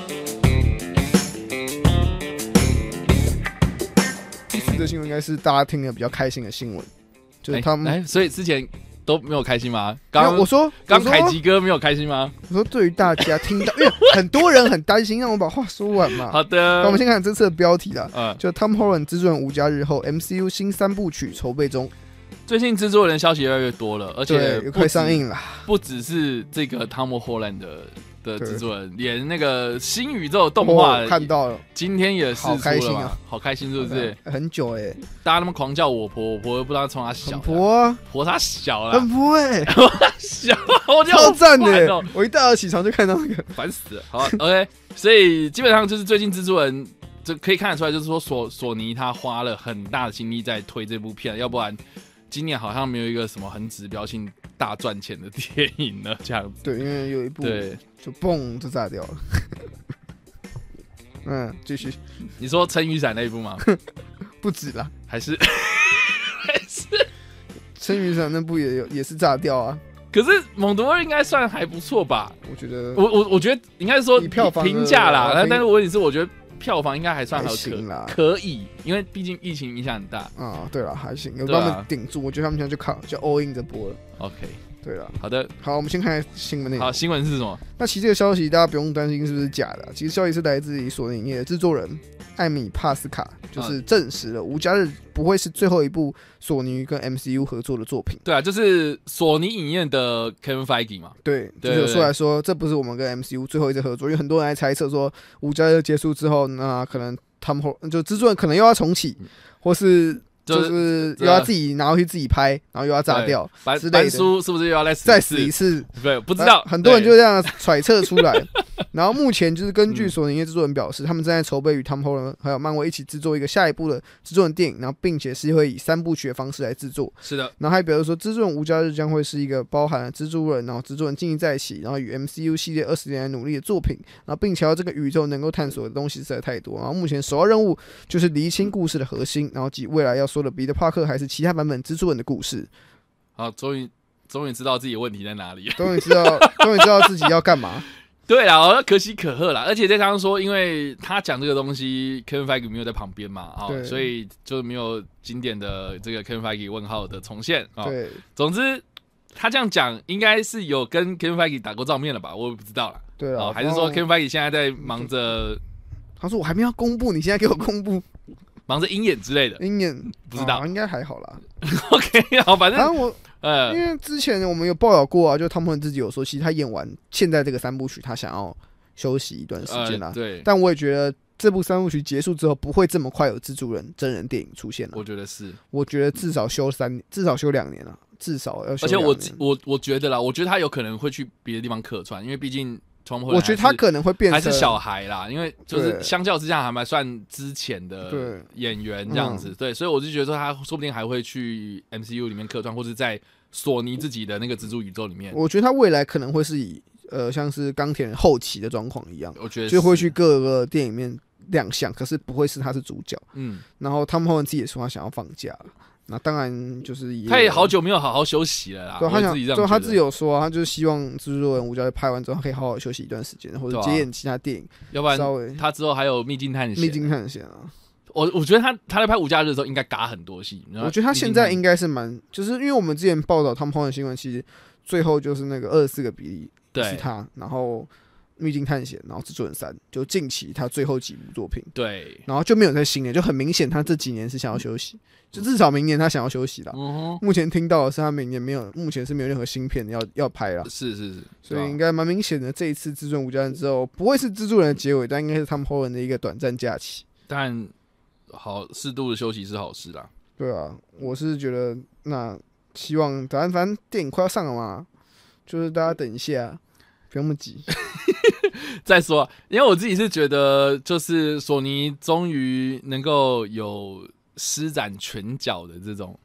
第四则新闻应该是大家听的比较开心的新闻，就是
哎
他们。
哎，所以之前都没有开心吗？
没有
刚
我说，
刚
我说
凯吉哥没有开心吗？
我说对于大家听到，因 为很多人很担心，让我把话说完嘛。
好的，
那我们先看这次的标题啦，
嗯，
就 Tom Holland 之准无家日后，MCU 新三部曲筹备中，
最近制作人消息越来越多了，而且
对，也
不
快
止
上，映啦。
不只是这个汤姆·霍兰的的
对
制作人，连那个新宇宙动画
哦看到了，
今天也是
好开心啊
好开心是不是？
很久哎，
大家那么狂叫我婆，我婆又不知道冲他小
很
的，
婆啊，
婆他小了
很，婆哎，
小，我就
超赞
好 烦
的欸
哦。
我一大早起床就看到那个，
烦死了。好，OK，所以基本上就是最近制作人就可以看得出来，就是说索索尼他花了很大的心力在推这部片，要不然今年好像没有一个什么很指标性大赚钱的电影了，这样子。
对，因为有一部
对，
就嘣就炸掉了。 嗯，继续，
你说撑雨伞那一部 吗？
不止啦，
还是？
《春雨伞》那部也有也是炸掉啊，
可是猛毒二应该算还不错吧？
我觉得
我我我觉得应该是说
以票房的
评价啦，
可以
但但是问题是，我觉得票房应该还算
还
好
行啦
可可以，因为毕竟疫情影响很大。
啊，对了，还行，有
对啊
帮他们顶住，我觉得他们现在就靠就 all in 着播了。
OK，
对了，
好的，
好，我们先看新闻内
好，
容。
新闻是什么？
那其实这个消息大家不用担心是不是假的啊，其实消息是来自于索尼影业的制作人艾米帕斯卡，就是
嗯
证实了《无家日》不会是最后一部索尼跟 MCU 合作的作品。
对啊，就是索尼影业的 Kevin Feige 嘛，
对，就
对
是有
对
说来说，这不是我们跟 MCU 最后一次合作，因为很多人还猜测说，无家日结束之后，那可能他们后就制作人可能又要重启，或是
嗯就
就是是
这
又要自己拿回去自己拍，然后又要炸
对
掉，
白
之类的
白叔是不是又要来
再
死
死一？次，
对，不知道，
很多人就
对嗯
这样揣测出来。 然后目前就是根据索尼的制作人表示，他们正在筹备与 Tom Holland 还有漫威一起制作一个下一部的制作人电影，然后并且是会以三部曲的方式来制作。
是的，
然后还表示说，《蜘蛛人无家日》将会是一个包含了蜘蛛人，然后蜘蛛人经营在一起，然后与 MCU 系列二十年来努力的作品，然后并且要这个宇宙能够探索的东西实在太多。然后目前首要任务就是厘清故事的核心，然后及未来要说的彼得·帕克还是其他版本蜘蛛人的故事。
好，终于终于知道自己的问题在哪里。
终于知道，终于知道自己要干 嘛。
对啦，哦可喜可贺啦，而且再加上说，因为他讲这个东西，Kevin Feige 没有在旁边嘛，啊、
对
所以就没有经典的这个 Kevin Feige 问号的重现啊、
对，
总之，他这样讲应该是有跟 Kevin Feige 打过照面了吧？我也不知道啦。
对
哦
了，
还是
然后
说
嗯
Kevin Feige 现在在忙着
他说我还没要公布，你现在给我公 布，
忙着鹰眼之类的
鹰眼
不知道
啊应该还好啦。
？OK，好，反正、
然后我
呃
因，为之前我们有报道过啊，就他们自己有说，其实他演完现在这个三部曲，他想要休息一段时间啦
呃。对，
但我也觉得这部三部曲结束之后，不会这么快有蜘蛛人真人电影出现了
我。觉得是，
我觉得至少休三，至少休两年了，至少要休
而且
两
我
年。
我我觉得啦，我觉得他有可能会去别的地方客串，因为毕竟 Tom Holland
我觉得他
还是
可能会变
还
成
是小孩啦，因为就是
对
相较之下还蛮算之前的
对嗯
演员这样子，对，所以我就觉得说他说不定还会去 MCU 里面客串，或是在索尼自己的那个蜘蛛宇宙里面，
我觉得他未来可能会是以呃，像是钢铁人后期的状况一样，
我觉得
就是会去，各个电影里面亮相，可是不会是他是主角。
嗯，
然后他们后面自己也说他想要放假了，那当然就是也
他也好久没有好好休息了啦。
对，啊他
我
想
啊自己这样
对，他
觉得
自己有说啊，他就是希望《蜘蛛人无家》拍完之后，他可以好好休息一段时间，或者
对啊
接演其他电影，
要不然
稍微
他之后还有《秘境探险》。
秘境探险啊。
我我觉得他他在拍《五假日》的时候应该嘎很多戏。然后
我觉得他现在
秘境
应该是蛮，就是因为我们之前报道汤姆·汉的新闻，其实最后就是那个二十四个比例
探
是
险
他，然后《秘境探险》，然后《蜘蛛人三》，就近期他最后几部作品，
对对，
然后就没有在新年，就很明显他这几年是想要休息，就至少明年他想要休息啦。
嗯
目前听到的是他明年没有，目前是没有任何新片要要拍啦
哼，，是是是，
所以应
该
该蛮明显的。这一次《至尊无家人》之后，不会是《蜘蛛人》的结尾，但应该是他们后人的一个短暂假期。
啊但好适度的休息是好事啦。
对啊，我是觉得那希望，反正反正电影快要上了嘛，就是大家等一下，啊不用那么 急。
再说啊，因为我自己是觉得，就是索尼终于能够有施展拳脚的这种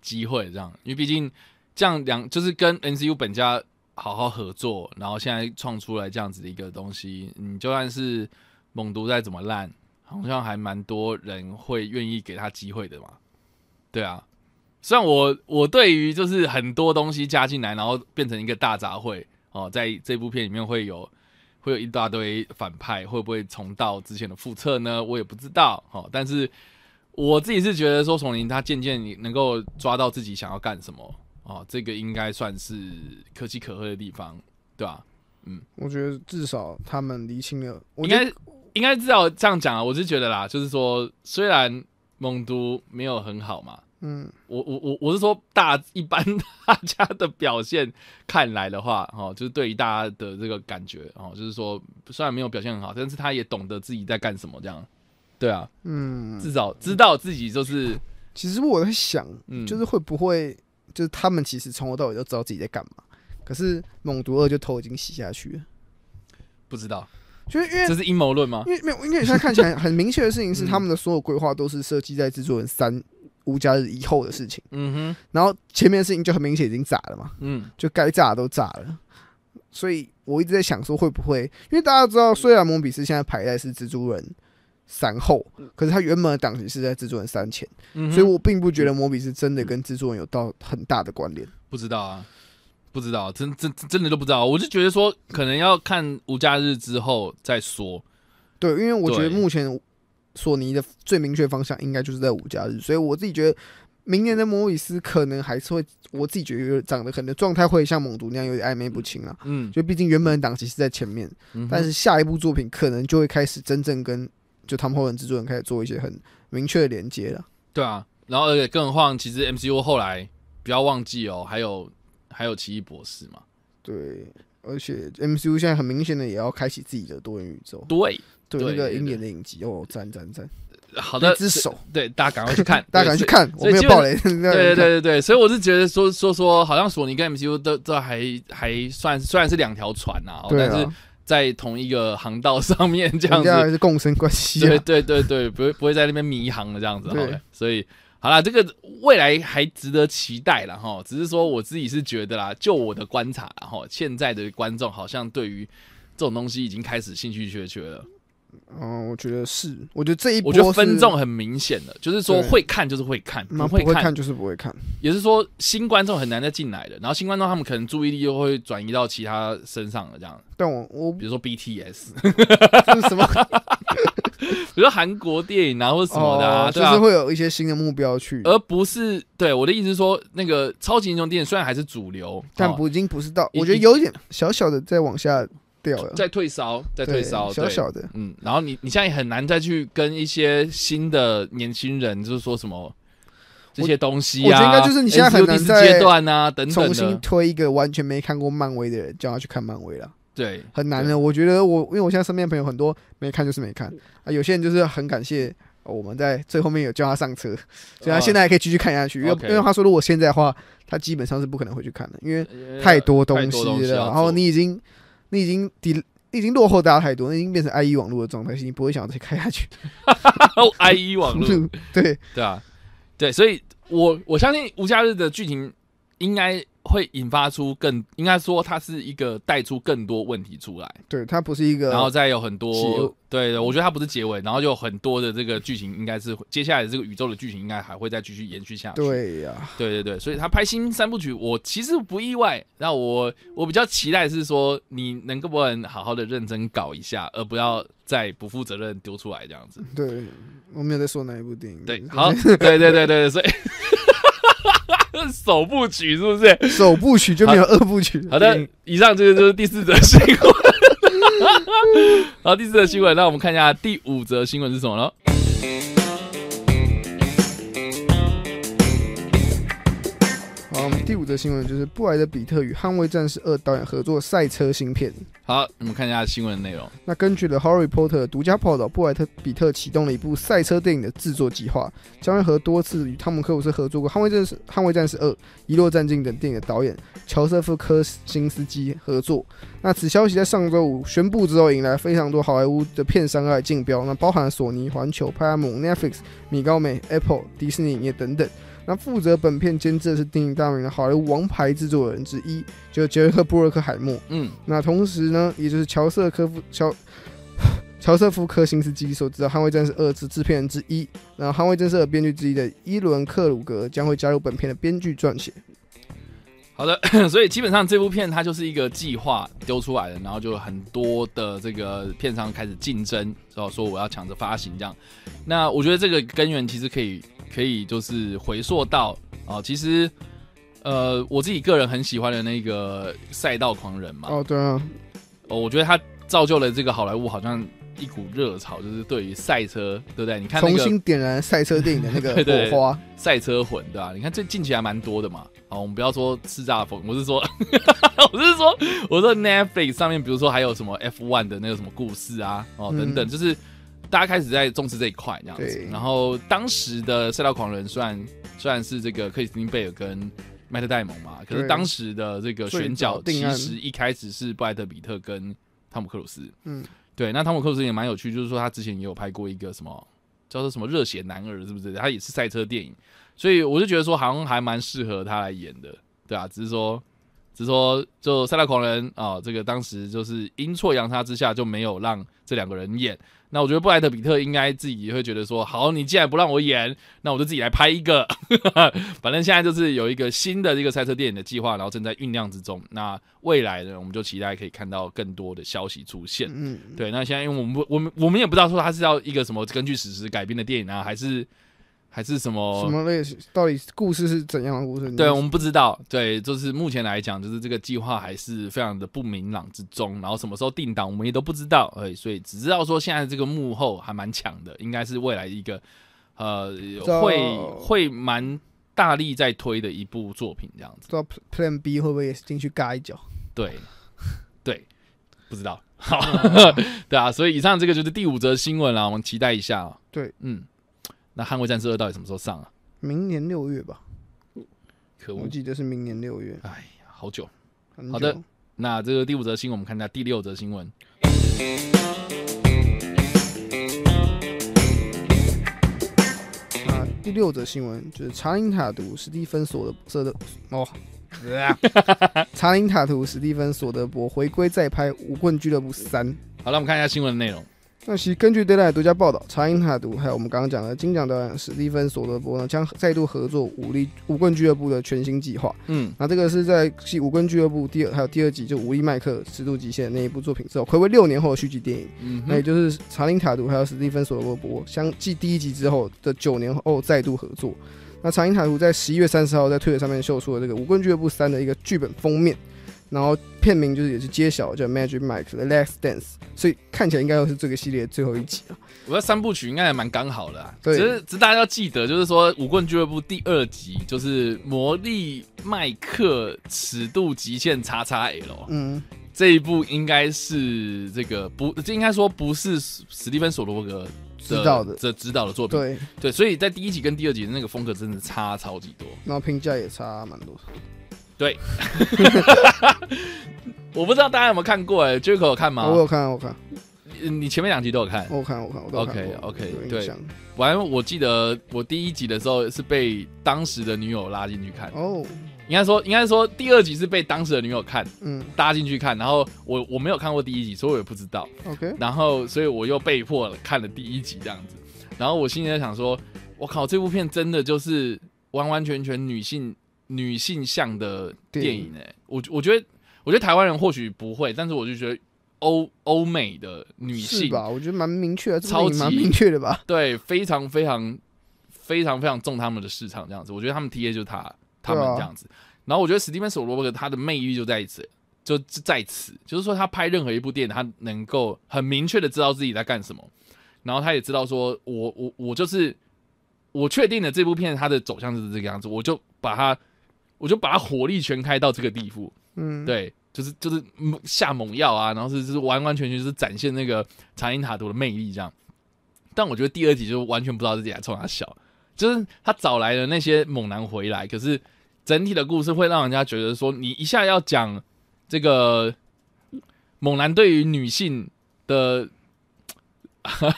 机会，这样，因为毕竟这样两就是跟 NCU 本家好好合作，然后现在创出来这样子的一个东西，你就算是猛毒再怎么烂，好像还蛮多人会愿意给他机会的嘛。对啊，虽然我我对于就是很多东西加进来，然后变成一个大杂烩哦，在这部片里面会有会有一大堆反派，会不会重蹈之前的覆辙呢？我也不知道。哦，但是我自己是觉得说，丛林他渐渐能够抓到自己想要干什么，哦，这个应该算是可喜可贺的地方，对吧、
我觉得至少他们厘清了，我
应
觉得
该应该至少这样讲啊，我是觉得啦，就是说，虽然蒙都没有很好嘛，
嗯，
我我我我是说大一般大家的表现看来的话，哦，就是对于大家的这个感觉，哦，就是说虽然没有表现很好，但是他也懂得自己在干什么，这样，对啊，
嗯，
至少知道自己就是，
其实我在想，
嗯，
就是会不会就是他们其实从头到尾都知道自己在干嘛，可是猛毒二就头已经洗下去了，
不知道，
就是因为
这是阴谋论吗？
因为没有，因为现在看起来很明确的事情是，
嗯
他们的所有规划都是设计在制作人三无家日以后的事情，
嗯哼，
然后前面的事情就很明显已经炸了嘛，
嗯，
就该炸的都炸了，所以我一直在想说会不会，因为大家知道，虽然蒙比斯现在排在是蜘蛛人。三后，可是他原本的档期是在蜘蛛人三前，
嗯嗯哼
所以我并不觉得摩比斯真的跟蜘蛛人有到很大的关联。
不知道啊，不知道，真真真的都不知道，我就觉得说可能要看无假日之后再说，
对，因为我觉得
对
目前索尼的最明确方向应该就是在五假日，所以我自己觉得明年的摩比斯可能还是会，我自己觉得有点长得可能状态会像猛毒那样有点暧昧不清啊。
嗯，
就毕竟原本的档期是在前面，
嗯哼
但是下一部作品可能就会开始真正跟就他们后人制作人开始做一些很明确的连接了。
对啊，然后而且更何况，其实 MCU 后来不要忘记哦，还有还有奇异博士嘛。
对，而且 MCU 现在很明显的也要开启自己的多元宇宙，
对，对
对那个
对
鹰
对
眼的影集哦，赞赞赞！
好的
一，只手，，
对大家赶快去看
大家赶快去
对。
看，我
所以
没有
基本
暴雷。
对
对啊
对对对对，所以我是觉得说说说，好像索尼跟 MCU 都都还还算虽然是两条船呐、哦，
对啊
但是在同一个航道上面这样
人
子，
家还是共生关系、啊。
对对对对，不会不会在那边迷航了这样子。
对
好嘞所以好啦，这个未来还值得期待了哈。只是说我自己是觉得啦，就我的观察啦哈，现在的观众好像对于这种东西已经开始兴趣缺缺了。
嗯，我觉得是，我觉得这一波
我觉得
是
分众很明显的，就是说
对
会看就是会看，
嗯
不
不会
看
看就是不会看，
也是说新观众很难再进来的。然后新观众他们可能注意力又会转移到其他身上了，这样，
但我 我
比如说 BTS，
这是什么
比如说韩国电影啊或者什么的啊，
哦，
对
就
啊呃
是，会有一些新的目标去，
而不是对我的意思是说，那个超级英雄电影虽然还是主流，
但
哦
不已经不是到，
一
我觉得
一
有一点小小的在往下掉了，
在退烧，在退烧，
对小
对，
小的，
嗯，然后你你现在也很难再去跟一些新的年轻人，就是说什么这些东西啊，
我觉得应该就是你现在很难
NCU
再
第四阶段啊等等
重新
的，
推一个完全没看过漫威的人，叫他去看漫威了，
对，
很难
对嗯
的。我觉得我因为我现在身边的朋友很多没看就是没看啊，有些人就是很感谢。哦我们在最后面有叫他上车，所以他
哦
现在还可以继续看下去。因为
OK
因为他说，如果现在的话，他基本上是不可能会去看的，因为
呃
太多东
太
西
多东西
了，
要
然后
做
你已经你已经抵你已经落后大家太多，你已经变成 IE 网络的状态，你不会想要再开下去。
IE 网
嗯
络，
对，
对啊，对，所以我我相信无假日的剧情应该会引发出更，应该说它是一个带出更多问题出来，
对，它不是一个，
然后再有很
结尾
多对的，我觉得它不是结尾，然后就有很多的这个剧情应该是 接下来的这个宇宙的剧情应该还会再继续延续下去。
对呀、
对对对，所以他拍新三部曲，我其实不意外。那我我比较期待是说，你能够不能好好的认真搞一下，而不要再不负责任丢出来这样 子。
对，我没有在说哪一部电影，
对，好，对对对对对，所以 首部曲是不 是？
首部曲就没有二部曲，
好的，以上这个就是第四则新闻。 好，第四则新闻，那我们看一下第五则新闻是什么喽？
好，我们第五则新闻就是布莱德比特与《捍卫战士二》导演合作赛车新片。
好，我们看一下新闻的内容。
那根据了《Harry Potter》的独家报道，布莱特比特启动了一部赛车电影的制作计划，将会和多次与汤姆克鲁斯合作过《捍卫战士》《捍卫战士二》《遗落战境》等电影的导演乔瑟夫科辛斯基合作。那此消息在上周五宣布之后，引来非常多好莱坞的片商来竞标，那包含索尼、环球、派拉蒙、Netflix、米高梅、Apple、迪士尼影业等等。那负责本片监制的是鼎鼎大名的好莱坞王牌制作人之一，就是杰克·布洛克海默。
嗯，
那同时呢，也就是乔瑟科夫乔 乔瑟夫科辛斯基所知道《捍卫战士二》之制片人之一，然后《捍卫战士二》编剧之一的伊伦克鲁格将会加入本片的编剧撰写。
好的， 所以基本上这部片它就是一个计划丢出来的，然后就很多的这个片商开始竞争，然后说我要抢着发行这样。那我觉得这个根源其实可以可以就是回溯到啊、哦其实呃我自己个人很喜欢的那个《赛道狂人》嘛，
哦，对啊，
哦，我觉得它造就了这个好莱坞好像一股热潮，就是对于赛车，对不对？你看那
重
个
新点燃赛车电影的 那个
对对
火花。
赛车魂，对吧、你看最近期还蛮多的嘛。好，我们不要说叱咤风，我是说， 我是说，我说 Netflix 上面，比如说还有什么 F1 的那个什么故事啊，哦
嗯
等等，就是大家开始在重视这一块这样子
对。
然后当时的赛道狂人虽然虽然是这个克里斯汀贝尔跟麦特戴蒙嘛，可是
对
当时的这个选角
最早
其
定案
实一开始是布莱德比特跟汤姆克鲁斯，
嗯，
对，那汤姆克鲁斯也蛮有趣，就是说他之前也有拍过一个什么叫做什么《热血男儿》，是不是？他也是赛车电影，所以我就觉得说好像还蛮适合他来演的，对啊，只是说，只是说就《赛道狂人》啊、这个当时就是阴错阳差之下就没有让这两个人演。那我觉得布莱德比特应该自己也会觉得说，好，你既然不让我演，那我就自己来拍一个。 反正现在就是有一个新的这个赛车电影的计划，然后正在酝酿之中。那未来呢，我们就期待可以看到更多的消息出现。
嗯，
对，那现在因为我们不，我们我们也不知道说它是要一个什么根据史实改编的电影啊，还是还是什么
什么类型？到底故事是怎样的故事？
哦对，我们不知道。对，就是目前来讲，就是这个计划还是非常的不明朗之中，然后什么时候定档我们也都不知道。哎，所以只知道说现在这个幕后还蛮强的，应该是未来一个呃
道
会会蛮大力在推的一部作品这样子。
不知道 Plan B 会不会也是进去嘎一脚？
对， 对，不知道。好， 对啊，所以以上这个就是第五则新闻啦，我们期待一下、啊。
对，
嗯，那《捍卫战士二》到底什么时候上啊？
明年六月吧，
可
我
恶，
记得是明年六月。
哎呀，好久。
很久
好的，那这个第五则新闻，我们看一下第六则新闻。
那啊第六则新闻就是查林塔图史蒂芬索德瑟的哦，查林塔图史蒂芬索德伯回归再拍《舞棍俱乐部三》。
好了，我们看一下新闻的内容。
那其实根据 Deadline 独家报道，查因塔图还有我们刚刚讲的金奖导演史蒂芬·索德伯呢，将再度合作武力武棍俱乐部的全新计划。
嗯，
那这个是在继《武棍俱乐部》第二还有第二集就《武力麦克：尺度极限》那一部作品之后，暌违六年后的续集电影。
嗯
那也
哼，
就是查林塔图还有史蒂芬索罗伯相继第一集之后的九年后再度合作。那查林塔图在十一月三十号在推特上面秀出了这个《无棍俱乐部三》的一个剧本封面，然后片名就是也是揭晓叫《Magic Mike 的 Last Dance》，所以看起来应该又是这个系列最后一集了。
我要三部曲应该还蛮刚好的、啊，
对
只是只是大家要记得，就是说《武棍俱乐部》第二集就是魔力麦克尺度极限叉叉 L
嗯，
这一部应该是这个不，这应该说不是史蒂芬索罗伯格
知道的，
这指导的作品，
对，
对，所以在第一集跟第二集的那个风格真的差超级多。
然后评价也差蛮多。
我不知道大家有没有看过、哎 j a c o 有看吗？
啊，我有看，我有看，
你你前面两集都有看，
我有看，我有看，我都有看过
OK，OK，
有印
对
象。
反正我记得我第一集的时候是被当时的女友拉进去看，
哦，
应该说应该说第二集是被当时的女友看
嗯
搭进去看，然后我我没有看过第一集，所以我也不知道，
，OK，
然后所以我又被迫了看了第一集这样子，然后我心里在想说，我靠，这部片真的就是完完全全女性女性向的电影哎、我我觉得我觉得台湾人或许不会，但是我就觉得欧欧美的女
是
性
吧？我觉得蛮明确的，这部
超
电影蛮
级
明确的吧？
对，非常非常非常非常重他们的市场这样子。我觉得他们 TA 就是他他们
对啊
这样子。然后我觉得史蒂芬索罗伯格他的魅力就在此，就就在此，就是说他拍任何一部电影，他能够很明确的知道自己在干什么，然后他也知道说我我我就是我确定了这部片它的走向就是这个样子，我就把它我就把它火力全开到这个地步，
嗯，
对，就是就是猛下猛药啊，然后是就是完完全全就是展现那个查因塔图的魅力这样。但我觉得第二集就完全不知道自己在冲他笑，就是他找来的那些猛男回来，可是整体的故事会让人家觉得说，你一下要讲这个猛男对于女性的。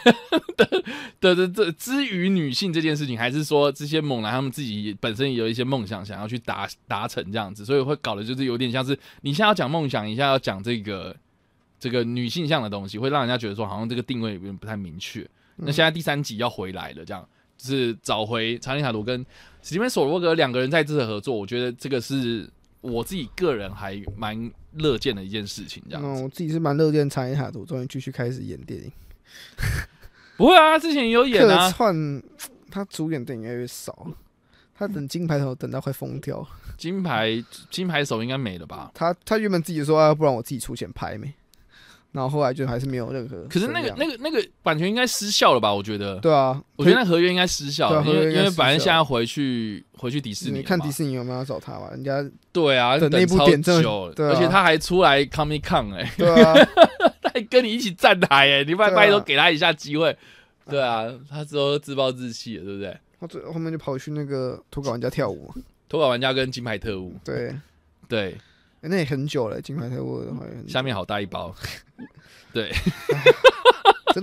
的的的，之于女性这件事情，还是说这些猛男他们自己本身也有一些梦想，想要去达达成这样子，所以会搞得就是有点像是你现在要讲梦想，一下要讲这个这个女性向的东西，会让人家觉得说好像这个定位有点不太明确。那现在第三集要回来了，这样就是找回查理塔罗跟史蒂芬索罗格两个人再次合作，我觉得这个是我自己个人还蛮乐见的一件事情，这
那
样子。
我自己是蛮乐见长野塔图终于继续开始演电影，
不会啊，之前也有演
客
啊，
串他主演电影越来越少了，他等金牌头等到快疯掉了。
金牌金牌手应该没了吧？
他他原本自己说，啊，不然我自己出钱拍没，然后后来就还是没有任何声量。
可是那个那个那个版权应该失效了吧？我觉得，
对啊，
我觉得那合约应该失效了，
对啊
因
合
为
约应
因
该
为
失
反正
效
现在回去回去迪士尼了
你
嘛，
看迪士尼有没有要找他吧？人家
对啊，
等那部
超
点真的
久，
对啊
而且他还出来 Comic Con 哎、
对啊，
他还跟你一起站台哎、你拜
对啊
拜托给他一下机会。对啊，他之后自暴自弃了，对不对？
他最后面就跑去那个脱稿玩家跳舞嘛。
脱稿玩家跟金牌特务，
对，
对，
欸那也很久了，金牌特务的话也很久
下面好大一包。
真的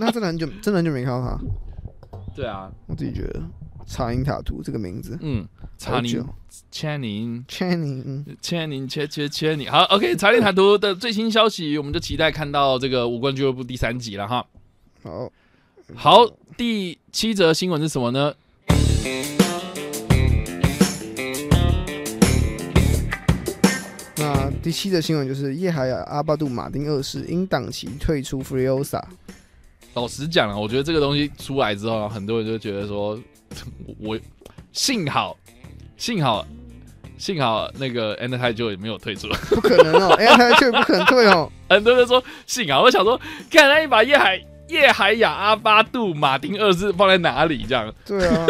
他真的很久，真的很久没看到他。
对啊，
我自己觉得查因塔图这个名字，
嗯，查
好
宁
久。
Channing
Channing，嗯
Channing 切切切你好，OK，查理塔图的最新消息，我们就期待看到这个《无冠俱乐部》第三集了哈。
好，
好，第七则新闻是什么呢？
那第七则新闻就是叶海亚阿巴杜马丁二世因档期退出 Friosa，
老实讲啊，我觉得这个东西出来之后，很多人就觉得说， 我幸好，幸好，幸好那个 End High 就也没有退出。
不可能哦， 哎，他却不可能退哦，
很多人说幸好，我想说，看那一把叶海叶海雅阿巴杜马丁二世放在哪里？这样，
对啊，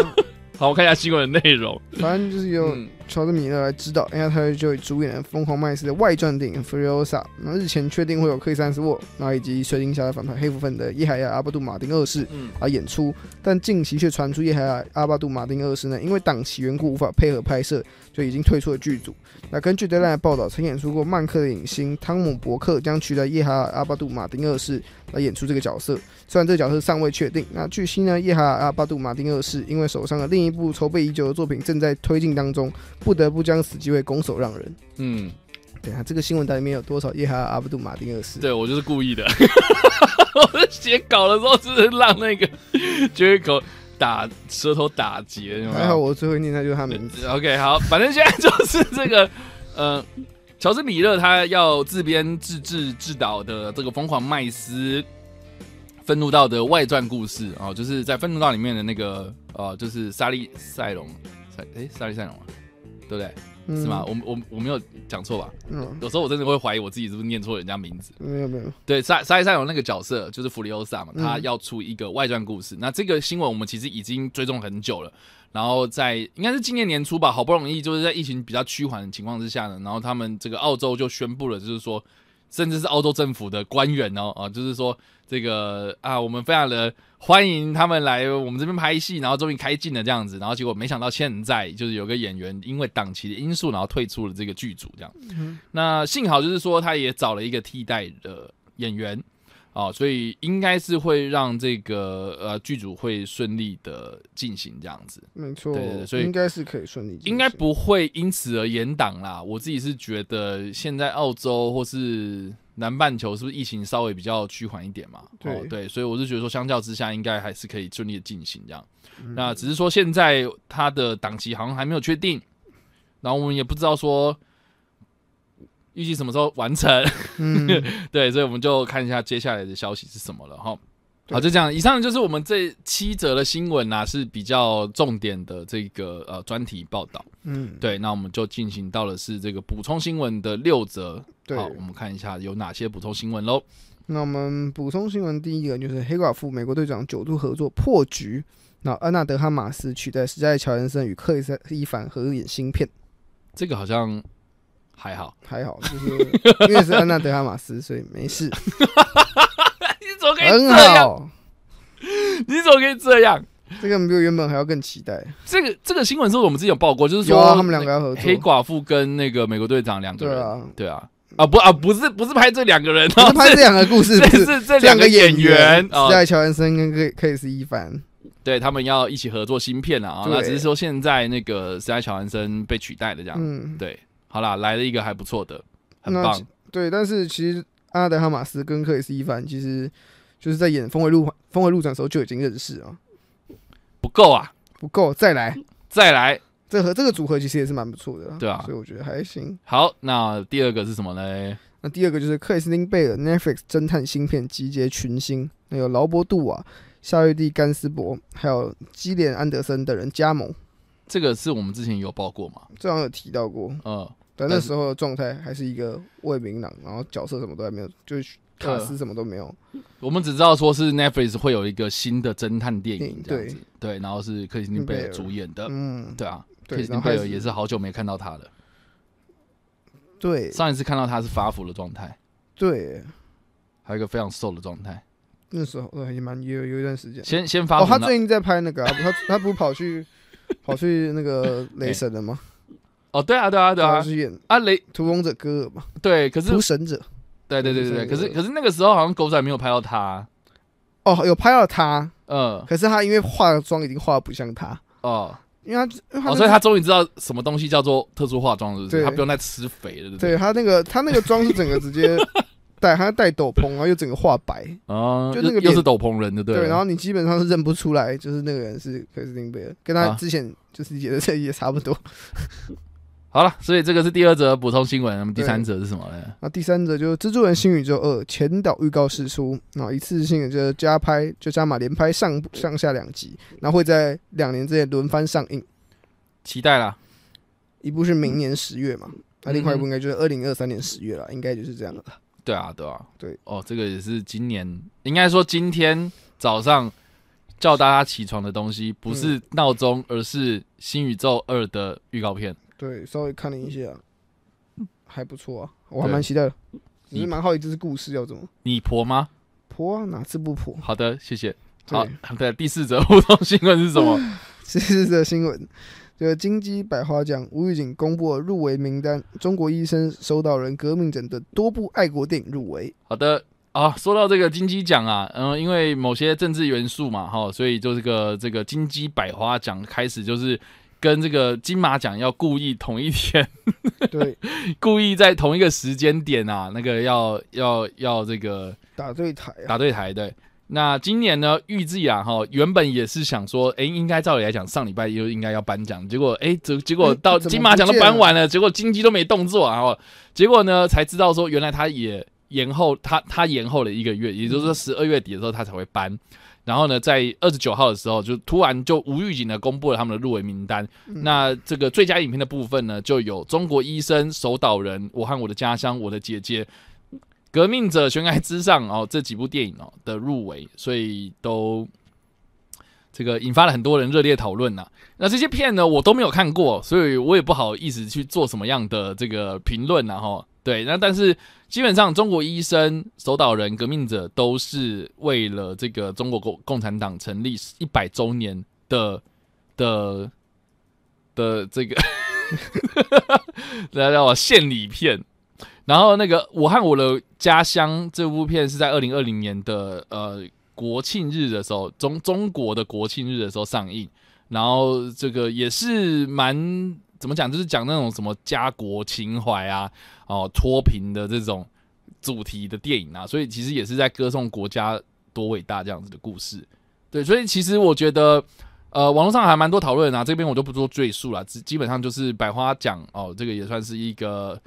好，我看一下新闻的内容。
反正就是有
嗯，
乔治米勒来指导 a n t o n Joy 主演的《疯狂麦斯》的外传电影《Furiosa》，那日前确定会有克里斯汉斯沃，然后以及水晶侠的反派黑蝠粉的叶海亚阿巴杜马丁二世
嗯
啊演出，但近期却传出叶海亚阿巴杜马丁二世呢，因为档期缘故无法配合拍摄，就已经退出了剧组。那根据 Deadline 的报道，曾演出过曼克的影星汤姆伯克将取代叶海亚阿巴杜马丁二世来演出这个角色，虽然这个角色尚未确定。那据悉呢，叶海亚阿巴杜马丁二世因为手上的另一部筹备已久的作品正在推进当中，不得不将此机会拱手让人。
嗯，
等一下，这个新闻单里面有多少叶哈阿布杜马丁二世？
对我就是故意的。 我在写稿的时候，就是让那个 Jericho 打舌头打结，有没
还
有？
好
啊
我最后一念他就是他名字。
OK，好，反正现在就是这个，呃，乔治·米勒他要自编自制自导的这个《疯狂麦斯》愤怒道的外传故事啊、哦，就是在愤怒道里面的那个呃，就是莎莉赛隆，赛诶，莎莉赛隆啊，对不对？
嗯
是吗？？我我我没有讲错吧？
嗯，
有时候我真的会怀疑我自己是不是念错人家名字。
没有没有，
对，沙沙耶塞隆那个角色就是弗里欧萨嘛，
嗯
他要出一个外传故事。那这个新闻我们其实已经追踪很久了，然后在应该是今年年初吧，好不容易就是在疫情比较趋缓的情况之下呢，然后他们这个澳洲就宣布了，就是说，甚至是澳洲政府的官员哦啊，就是说这个啊，我们非常的欢迎他们来我们这边拍戏，然后终于开镜了这样子，然后结果没想到现在就是有个演员因为档期的因素，然后退出了这个剧组这样。那幸好就是说他也找了一个替代的演员啊，所以应该是会让这个呃剧组会顺利的进行这样子，
没错，
对对对所以
应该是可以顺利进行，
应该不会因此而延档啦。我自己是觉得现在澳洲或是南半球是不是疫情稍微比较趋缓一点嘛？
对
哦、对，所以我是觉得说相较之下应该还是可以顺利的进行这样。
嗯
那只是说现在它的档期好像还没有确定，然后我们也不知道说预计什么时候完成。
嗯，
对，所以我们就看一下接下来的消息是什么了哈。
对
好，就这样。以上就是我们这七则的新闻啊，是比较重点的这个呃专题报道。
嗯，
对，那我们就进行到的是这个补充新闻的六则。
对
好，我们看一下有哪些补充新闻喽。
那我们补充新闻第一个就是黑寡妇美国队长九度合作破局，那安娜德哈马斯取代史黛乔恩森与克里斯蒂凡合演新片，
这个好像还好，
还好，就 是因为是安娜德哈马斯，所以没事，
你怎么可以
很
这样？
好。
你怎么可以这样？
这个比我原本还要更期待，
这个这个新闻是不是我们之前有报过，就是
有
说、
啊，他们两个要合
黑
作，
寡妇跟那个美国队长两个
对
人，
啊，
对啊，啊不啊不是不是拍这两个人， 啊
不是拍这两个故事，
这
不是
是这
这两
个
演
员啊
史，黛乔恩森跟克克里斯蒂凡，
对他们要一起合作新片了啊。那
对
只是说现在那个史莱乔安森被取代了这样。
嗯，
对，好啦，来了一个还不错的，很
那
棒。
对，但是其实安娜德哈马斯跟克里斯蒂凡其实就是在演《峰回路峰回路转》的时候就已经认识啊，
不够啊，
不够，再来。
再来。
这和这个组合其实也是蛮不错的啦，
对啊
所以我觉得还行。
好，那第二个是什么呢？
那第二个就是克里斯汀贝尔 Netflix 侦探新片集结群星，那有劳勃杜瓦、夏玉蒂甘斯伯，还有基连安德森等人加盟，
这个是我们之前有报过嘛？
这好像有提到过。
嗯，但
但那
是
时候的状态还是一个未明朗，然后角色什么都还没有，就是
啊
卡斯什么都没有。
我们只知道说是 Netflix 会有一个新的侦探电
电
影
影
这样子，对，然后是克里斯汀贝尔主演的，
嗯，
对啊，克
对
里，斯汀
然后
贝
还
尔也是好久没看到他了，
对
上一次看到他是发福的状态，
对，
还有一个非常瘦的状态。
那时候呃也蛮有有一段时间。
先先发
哦，
福
他
那，
最近在拍那个啊、他他不是跑 去跑去那个雷神了吗？
哦，对啊，对哎啊，对
他
啊，
去演《
啊雷，
屠龙者戈尔》嘛，
对，可
《
是
屠神者》。
对对对
就
对对，
是
可是可是那个时候好像狗仔没有拍到他，
哦，有拍到他，
嗯
可是他因为化妆已经化的不像他，
哦
因为他因为他、
哦，所以他终于知道什么东西叫做特殊化妆，是不是？
对
他不用再吃肥了，对不对？
对他那个他那个妆是整个 直接戴，他戴斗篷，然后又整个化白，
哦，
就那个
又
脸
是斗篷人的，
对，
了
然后你基本上是认不出来，就是那个人是克里斯汀贝尔，跟他
啊
之前就是演的这也差不多。
好了，所以这个是第二则补充新闻，那么第三则是什么呢？
那第三则就是《蜘蛛人新宇宙二》前导预告释出，然后一次性的就是加拍，就加码连拍上上下两集，然后会在两年之内轮番上映，
期待啦，
一部是明年十月嘛，那另外一
嗯
部
哼
应该就是二零二三年十月了，应该就是这样了。
对啊，对啊，
对，
哦，这个也是今年，应该说今天早上叫大家起床的东西，不是闹钟，而是《新宇宙二》的预告片。
对，稍微看了一下，还不错啊，我还
对
蛮期待的。只是
你
蛮好奇这是故事要怎么
你婆吗？
破啊？哪次不破？
好的，谢谢。
对
好，对，第四则补充新闻是什么？
这是的新闻，就是金鸡百花奖吴玉景公布了入围名单，中国医生、收到人、革命者等多部爱国电影入围。
好的啊，说到这个金鸡奖啊，嗯，因为某些政治元素嘛，哈，所以就这个这个金鸡百花奖开始就是跟这个金马奖要故意同一天，
对，
故意在同一个时间点啊，那个要要要这个
打对台啊，
打对台对。那今年呢，预计啊，哈，原本也是想说，哎、应该照理来讲，上礼拜又应该要颁奖，结果，哎、结结果
诶
到
怎么
金马奖都
不见
颁完了，结果金鸡都没动作啊，哈，结果呢，才知道说，原来他也延后，他他延后了一个月，也
嗯
就是说十二月底的时候他才会颁。然后呢，在二十九号的时候，就突然就无预警的公布了他们的入围名单。
嗯
那这个最佳影片的部分呢，就有《中国医生》《守岛人》《我和我的家乡》《我的姐姐》《革命者悬崖之上》哦，这几部电影哦的入围，所以都这个引发了很多人热烈讨论呐、啊那这些片呢，我都没有看过，所以我也不好意思去做什么样的这个评论然后对，那但是基本上中国医生、守岛人、革命者都是为了这个中国共共产党成立一百周年的的 的这个，来让我献礼片然后那个《我和我的家乡》这部片是在二零二零年的呃国庆日的时候，中中国的国庆日的时候上映。然后这个也是蛮怎么讲，就是讲那种什么家国情怀啊，哦脱贫的这种主题的电影啊，所以其实也是在歌颂国家多伟大这样子的故事。对，所以其实我觉得，呃，网络上还蛮多讨论啊，这边我就不做赘述了，基基本上就是百花奖哦，这个也算是一个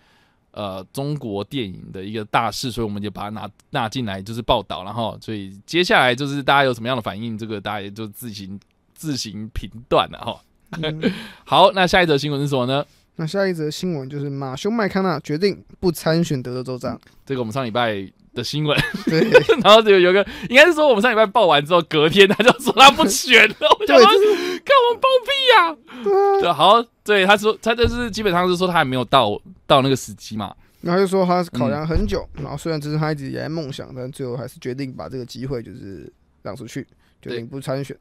呃中国电影的一个大事，所以我们就把它拿纳进来就是报道，然后所以接下来就是大家有什么样的反应，这个大家也就自行自行评断了哈。
嗯
好，那下一则新闻是什么呢？
那下一则新闻就是马修麦康纳决定不参选德州州长。
这个我们上礼拜的新闻，
对
然后这个有个应该是说我们上礼拜报完之后，隔天他就说他不选了，我想
对，
说
就是
看我们包庇呀、对，啊好，对，他说他就是基本上是说他还没有到到那个时机嘛，
然后就说他考量很久，然后虽然这是他一直以来的梦想，但最后还是决定把这个机会就是让出去，决定不参选。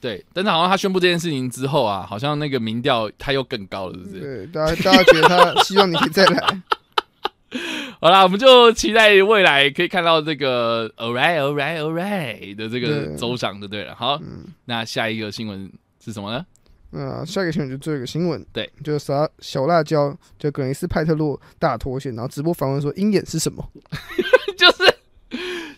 对。但是好像他宣布这件事情之后啊，好像那个民调他又更高了，是不是？
对，大家大家觉得他希望你可以再来。
好啦，我们就期待未来可以看到这个 alright alright alright 的这个
对
州长就对了。好，
嗯，
那下一个新闻是什么呢？
那下一个新闻就最后一个新闻，
对，
就是啥小辣椒，就格雷斯派特洛大脱线，然后直播访问说鹰眼是什么？
就是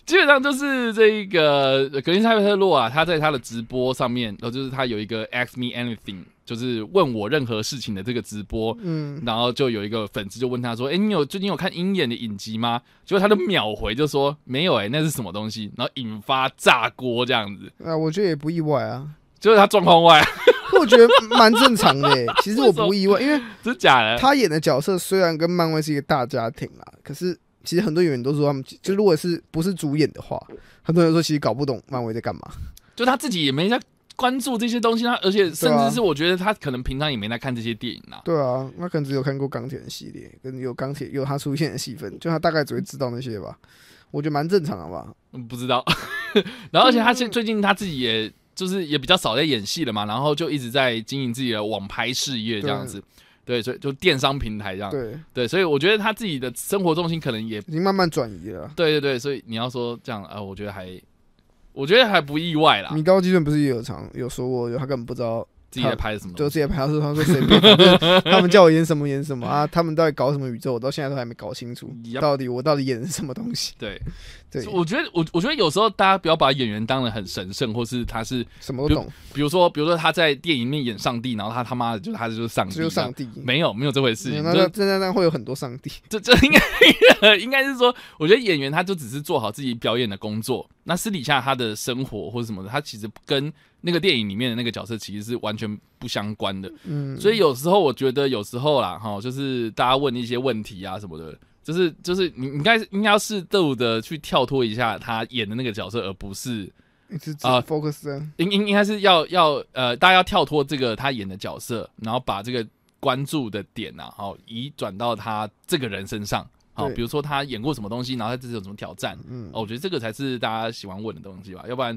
基本上就是这一个呃格林塞维特洛啊，他在他的直播上面，然后就是他有一个 ask me anything，就是问我任何事情的这个直播。
嗯，
然后就有一个粉丝就问他说：“哎、你有最近有看鹰眼的影集吗？”结果他就秒回就说：“没有哎、诶那是什么东西？”然后引发炸锅这样子，
啊，我觉得也不意外啊，
就是他状况啊外，
我觉得蛮正常的 耶、其实我不呃意外，因为
真假的？
他演的角色虽然跟漫威是一个大家庭啦，可是其实很多演员都说他们，就如果是不是主演的话，很多人说其实搞不懂漫威在干嘛。
就他自己也没在关注这些东西，他而且甚
对啊
至是我觉得他可能平常也没在看这些电影啊。
对啊，那可能只有看过钢铁人系列，跟有钢铁有他出现的戏份，就他大概只会知道那些吧。我觉得蛮正常的吧。
嗯，不知道。 然后，而且他
嗯
现最近他自己也就是也比较少在演戏了嘛，然后就一直在经营自己的网拍事业这样子。对，所以就电商平台这样。
对，
对，所以我觉得他自己的生活重心可能也
已经慢慢转移了。
对对对，所以你要说这样啊、呃我觉得还我觉得还不意外啦，
米高基顿不是也有常有说过，就他根本不知道，
自己在拍什么。
就自己拍他说他说谁 配，反正他们叫我演什么演什么啊，他们到底搞什么宇宙，我到现在都还没搞清楚，
Yup
到底我到底演的是什么东西？
对，
对，
我觉得我我觉得有时候大家不要把演员当得很神圣，或是他是
什么都懂，
比如说比如说他在电影里面演上帝，然后他他妈的就是他就是上帝
只
这
有
样，
上帝。
没有没有这回事
没有
情，
那
就
那那那会有很多上帝，
这这应该 应该是说，我觉得演员他就只是做好自己表演的工作，那私底下他的生活或者什么的，他其实跟那个电影里面的那个角色其实是完全不相关的。
嗯，
所以有时候我觉得有时候啦，哈，就是大家问一些问题啊什么的，就是就是你你应该应该要适度的去跳脱一下他演的那个角色，而不是
一直只
啊
focus 在
应应应该是要要呃，大家要跳脱这个他演的角色，然后把这个关注的点啊，好、移转到他这个人身上。好、
对
比如说他演过什么东西，然后他这次有什么挑战，
嗯
哦，我觉得这个才是大家喜欢问的东西吧，要不然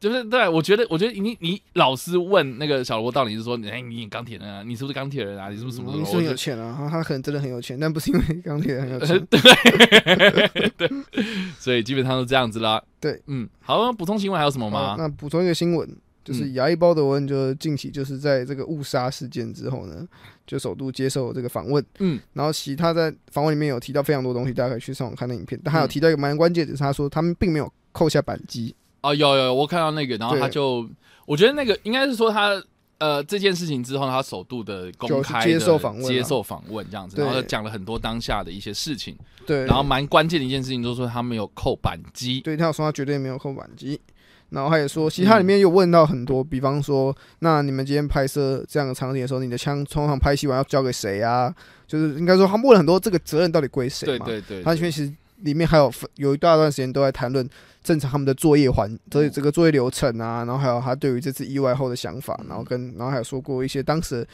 就是对，我觉得我觉得你你老是问那个小罗到底是说，哎，你演钢铁人啊，你是不是钢铁人啊，你是不是什么什
你
么？
是很
我
有
就
钱啊，他他可能真的很有钱，但不是因为钢铁很有
呃
钱。
对对，所以基本上是这样子啦。
对，
嗯，好，那补充新闻还有什么
好
吗？
哦
嗯
那补充一个新闻，就是牙医包德温就近期就是在这个误杀事件之后呢，就首度接受这个访问，
嗯，
然后其他在访问里面有提到非常多东西，大家可以去上网看那影片，但他有
嗯
提到一个蛮关键的，就是他说他们并没有扣下扳机，
哦，有有，有我看到那个，然后
对
他就，我觉得那个应该是说他呃这件事情之后，他首度的公开的
就是接受访问啊
接受访问这样子，
对
然后讲了很多当下的一些事情，
对，
然后蛮关键的一件事情就是说他没有扣扳机，
对他有说他绝对没有扣扳机，然后他也说，
嗯
其实他里面有问到很多，比方说，那你们今天拍摄这样的场景的时候，你的枪通常拍戏完要交给谁啊？就是应该说他问了很多这个责任到底归谁
对
嘛？
对对，
他里面其实里面还有分有一大段时间都在谈论正常他们的作业
嗯
环，所以这个作业流程啊，然后还有他对于这次意外后的想法，
嗯
然后跟然后还有说过一些当时。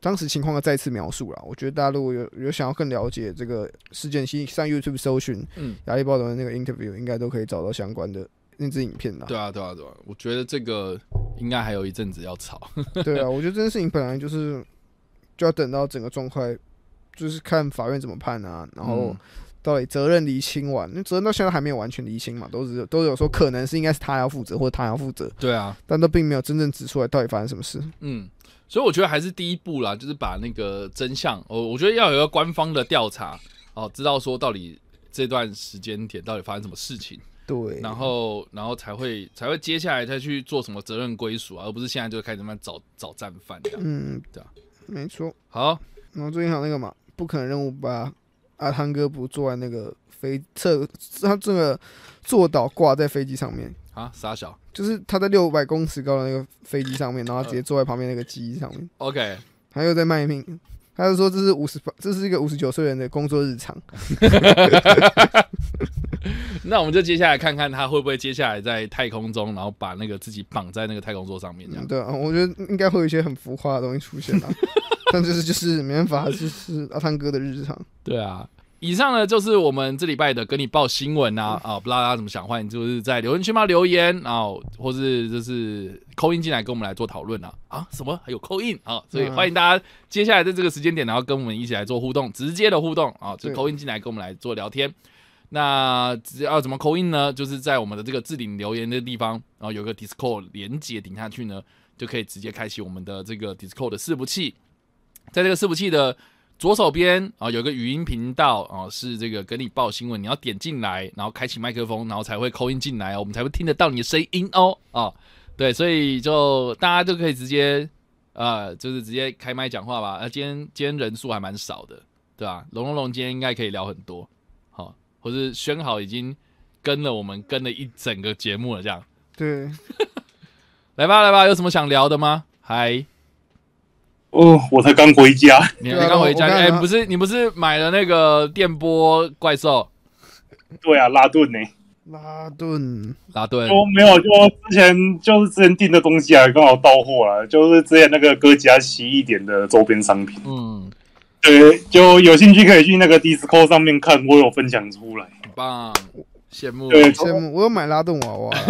当时情况的再次描述啦，我觉得大家如果有有想要更了解这个事件，其实上 YouTube 搜寻
嗯，
压力报道的那个 interview，应该都可以找到相关的那支影片啦。
对啊对啊对啊，我觉得这个应该还有一阵子要吵，
对啊，我觉得这件事情本来就是就要等到整个状况就是看法院怎么判啊，然后
嗯
到底责任厘清完，那责任到现在还没有完全厘清嘛，都是都有说可能是应该是他要负责或者他要负责，
对啊，
但都并没有真正指出来到底发生什么事。
嗯，所以我觉得还是第一步啦，就是把那个真相，我、我觉得要有一个官方的调查，哦，知道说到底这段时间点到底发生什么事情，
对，
然后然后才会才会接下来再去做什么责任归属啊，而不是现在就开始慢慢找找战犯这样。
嗯，
对啊
没错。
好，
然后最近还有那个嘛，不可能任务把阿汤哥不坐在那个飞侧，他这个坐倒挂在飞机上面，
啊，傻小
就是他在六百公尺高的那个飞机上面，然后他直接
嗯
坐在旁边那个机上面，
，OK，
他又在卖命。他就说这是五十八，这是一个五十九岁人的工作日常。
那我们就接下来看看他会不会接下来在太空中，然后把那个自己绑在那个太空座上面这样
嗯，。对啊，我觉得应该会有一些很浮夸的东西出现啦，啊但就是就是没办法，就是阿汤哥的日常。
对啊，以上呢就是我们这礼拜的跟你报新闻啊啊，不知道大家怎么想，欢迎就是在留言区吗留言啊，或是就是扣音进来跟我们来做讨论啊啊什么还有扣音啊，所以
嗯
欢迎大家接下来在这个时间点，然后跟我们一起来做互动，直接的互动啊，就
对
扣音进来跟我们来做聊天。那只要怎么扣音呢？就是在我们的这个置顶留言的地方，然后有个 Discord 连接顶下去呢，就可以直接开启我们的这个 Discord 的伺服器。在这个伺服器的左手边啊、有一个语音频道啊、是这个跟你报新闻，你要点进来，然后开启麦克风，然后才会扣音进来哦，我们才会听得到你的声音哦啊、对，所以就大家就可以直接呃，就是直接开麦讲话吧。呃，今天今天人数还蛮少的，对吧、龙龙龙今天应该可以聊很多，好、或是宣好已经跟了我们跟了一整个节目了，这样
对，
来吧来吧，有什么想聊的吗？嗨，
哦，我才刚回家，
你
对啊
你刚回家，
我刚
哎、
才拿
不是你不是买了那个电波怪兽
对啊，拉顿呢、
拉顿，
拉顿？
哦
就没有，就之前就是之前订的东西啊，刚好到货了，就是之前那个哥吉拉奇异点的周边商品，
嗯，
对，就有兴趣可以去那个 Discord 上面看，我有分享出来。
很棒，羡慕。
对，
羡慕！我有买拉顿娃娃啊，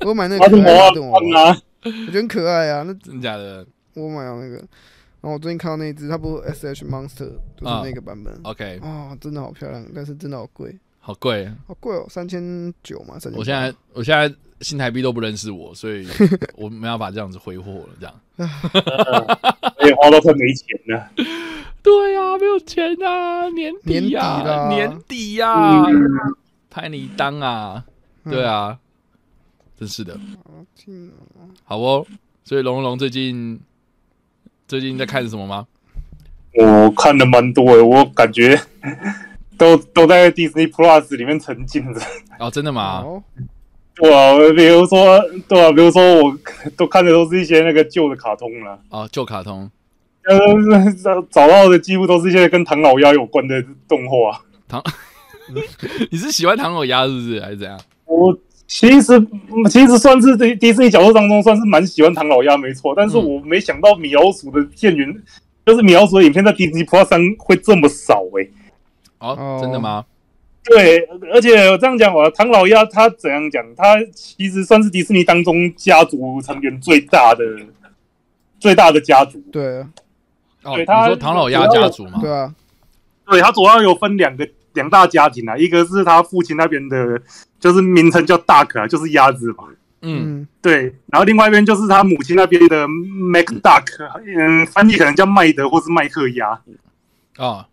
我有买那
他
个
是
可
魔
爱的拉
法
顿娃
棒
娃，
啊，
我觉得很可爱啊。那
真的假的
我买了那个，然后我最近看到那一只，它不是 S H Monster，就是那个版本。
？OK，
哦，真的好漂亮，但是真的好贵，
好贵，
好贵哦，三千九嘛，三千。
我现在我现在新台币都不认识我，所 以我没办法这样子挥霍了，这样。
我哎也花到快没钱了。
对呀、没有钱啊，年底呀、
年底啦
年底呀、
嗯，
拍你当啊，
嗯
对啊，真是的，
好近哦
好哦。所以龙龙最近最近在看什么吗？
嗯我看了蛮多的，我感觉 都都在 Disney Plus 里面沉浸着。
哦，真的吗？
好
对啊，比如说，对啊，比如说我都看的都是一些那个旧的卡通啦。
哦，旧卡通
呃，找找到的几乎都是一些跟唐老鸭有关的动画。
唐，你是喜欢唐老鸭是不是？还是怎样？
我其实嗯其实算是迪迪士尼角色当中算是蛮喜欢唐老鸭，没错。但是
嗯
我没想到米老鼠的片源，就是米老鼠的影片在迪士尼 Plus 上会这么少诶、
哦
哦，
真的吗？
对，而且呃我这样讲好了，唐老鸭他怎样讲？他其实算是迪士尼当中家族成员最大的最大的家族。
对啊
哦，你
对他
说唐老鸭家族吗？
对啊，
对，他主要有分两个两大家庭啊，一个是他父亲那边的，就是名称叫大可啊，就是鸭子嘛。
嗯，
嗯，
对，然后另外一边就是他母亲那边的 Mac Duck，嗯，翻译可能叫麦德或是麦克鸭。
哦，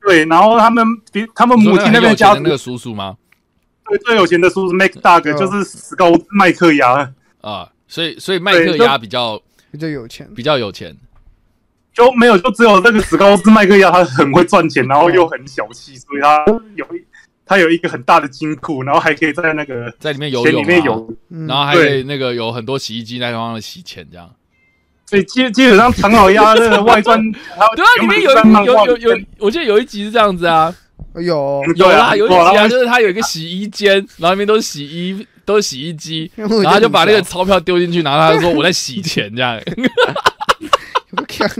对，然后他们比他们
你说
母
那
亲
个
那
很
边
有
家
钱
族
的那个哦叔叔吗？
对最有钱的叔是 Mac Duck，就是史高麦克鸭。
啊，所以所以麦克鸭比较
比较有钱。
比较有钱，
就没有，就只有那个史高斯麦克亚，他很会赚钱，然后又很小气，所以他有一他有一个很大的金库，然后还可以在那个
在里面游
钱
泳、啊，
里面有
嗯
然后还有那个有很多洗衣机在帮他们洗钱，这样。
所以基基本上唐老鸭的外 传，
对
对
啊，里面有一有有有，我记得有一集是这样子啊，
哎呦，
有啦，
对啊
有一集
哇然
啊，
后
就是他有一个洗衣间，然后里面都是洗衣，都是洗衣机，
嗯
然后
然后他就把那 个钞票丢进去，然后他就说我在洗钱这样。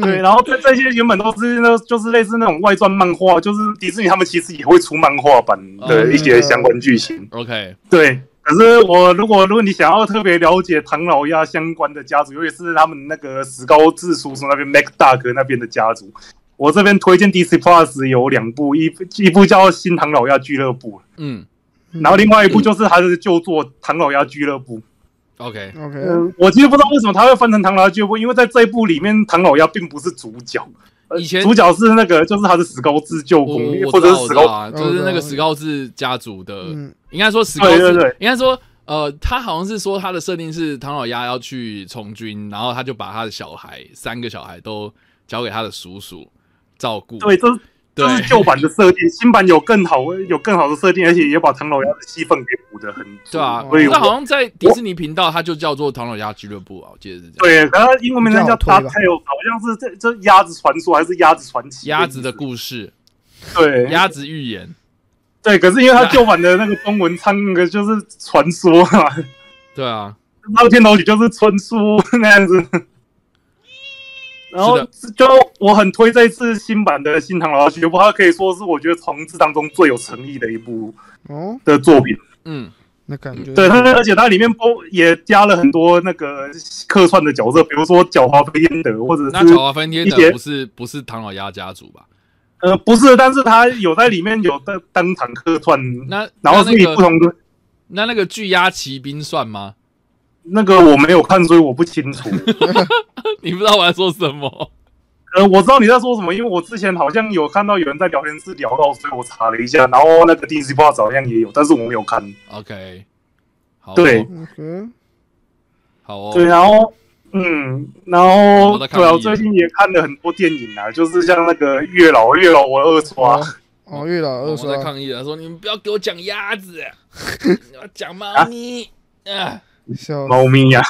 对，然后这这些原本都是那就是类似那种外传漫画，就是迪士尼他们其实也会出漫画版
哦
的一些相关剧情。
OK，
对，可是我如果如果你想要特别了解唐老鸭相关的家族，尤其是他们那个石高志叔叔那边 Mac 大哥那边的家族，我这边推荐 DC Plus 有两部，一一部叫《新唐老鸭俱乐部
嗯》，
然后另外一 部就是他的旧作《唐老鸭俱乐部》。
，OK，
OK，
嗯，我其实不知道为什么他会分成唐老鸭俱乐部，因为在这一部里面，唐老鸭并不是主角，呃
以前
主角是那个就是他的石膏自救
我
工
哦我，
或
知
者
道
是
我
石
知
膏
道啊，就是那个史高治家族的，
嗯，
应该说史高治，
对对对
应该说呃，他好像是说他的设定是唐老鸭要去从军，然后他就把他的小孩三个小孩都交给他的叔叔照顾。
对，这是这是
对
旧版的设定，新版有更好有更好的设定，而且也把唐老鸭的戏份给补得很足。
对啊，
所以
那好
我
像在迪士尼频道，它就叫做唐老鸭俱乐部啊，我记得是这样。
对，可是它英文名称叫
比较好
Duck
推吧
Tales，好像是这这鸭子传说还是鸭子传奇？
鸭子的故事，
对
鸭子预言，
对，可是因为 它旧版的那个中文唱那个就是传说嘛，
对啊，
那个片头曲就是春书 那样子。然后就我很推这一次新版的《新唐老鸭俱乐部》，它可以说是我觉得从这当中最有诚意的一部
哦，
的作品。
嗯，
那感觉
对它，而且它里面包也加了很多那个客串的角色，比如说狡猾飞燕德，或者
那巧
是
华分天
一些
的不是不是唐老鸭家族吧？
呃不是，但是他有在里面有当当场客串，
那
然后
那
是以
那
不
个
同的
那那个巨鸭骑兵算吗？
那个我没有看，所以我不清楚。
你不知道我在说什么？
呃，我知道你在说什么，因为我之前好像有看到有人在聊天室聊到，所以我查了一下，然后那个 DC Plus 好像也有，但是我没有看。
OK，好、哦，
对
，OK，
好哦，
对，然后嗯，然后
我在看
对啊，
你
我最近也看了很多电影啊，就是像那个月老，月老我二刷，
哦哦，月老
我
二
在
刷，
抗议了，说你们不要给我讲鸭子， 你要讲猫咪。啊，
笑
猫咪呀、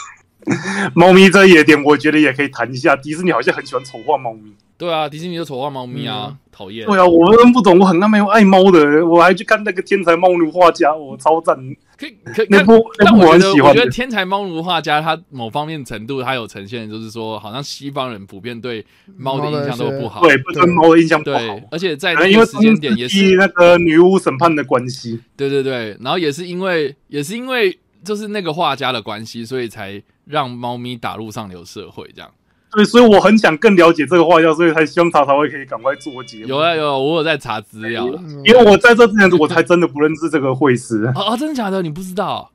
猫咪这一点我觉得也可以谈一下。迪士尼好像很喜欢丑化猫咪。
对啊，迪士尼就丑化猫咪啊，讨厌。
对啊，我真不懂，我很那没有爱猫的人，我还去看那个《天才猫奴画家》，我超赞。
可以可以，
那
但
部那
但
部
我觉
我很
得，
喜
我
欢
觉得
的。
天才猫奴画家他某方面程度，他有呈现，就是说，好像西方人普遍对猫的印象都不好。
对，不对猫的印象不好
对。，而且在
可能
那
因为
个时间点也
因
是，
为那个女巫审判的关系，
对对对，然后也是因为也是因为就是那个画家的关系，所以才让猫咪打入上流社会这样。
对，所以我很想更了解这个画家，所以才希望查查会可以赶快做节目。
有啊有啊，我有在查资料了。。
嗯
因为我在这之前我才真的不认识这个会师
哦哦，真的假的？你不知道？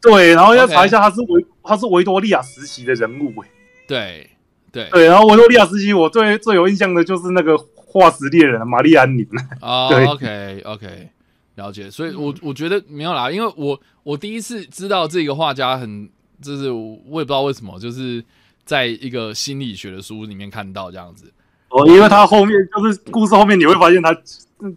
对，然后要
OK
查一下他是维他是维多利亚时期的人物、欸，
对对
对，然后维多利亚时期我最最有印象的就是那个化石猎人玛丽安宁，
哦
对嗯
o k OK，了解。所以我，我觉得没有啦，因为我我第一次知道这个画家很，就是我也不知道为什么，就是在一个心理学的书里面看到这样子。
哦，因为他后面就是故事后面你会发现他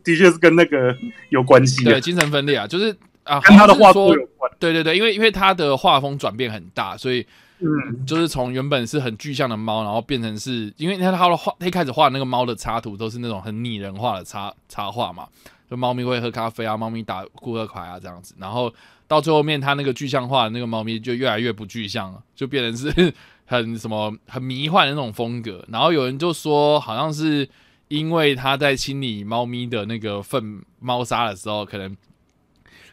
的确是跟那个有关系的
对，，精神分裂啊，就是啊，
嗯跟他的
好像
画
是说
作有关。
对对对，因为因为他的画风转变很大，所以
嗯，
就是从原本是很具象的猫，然后变成是因为他他的画，他一开始画的那个猫的插图都是那种很拟人化的插插画嘛，就猫咪会喝咖啡啊，猫咪打顾客牌啊这样子，然后到最后面他那个具象化的那个猫咪就越来越不具象了，就变成是 很什么很迷幻的那种风格，然后有人就说好像是因为他在清理猫咪的那个粪猫砂的时候，可能。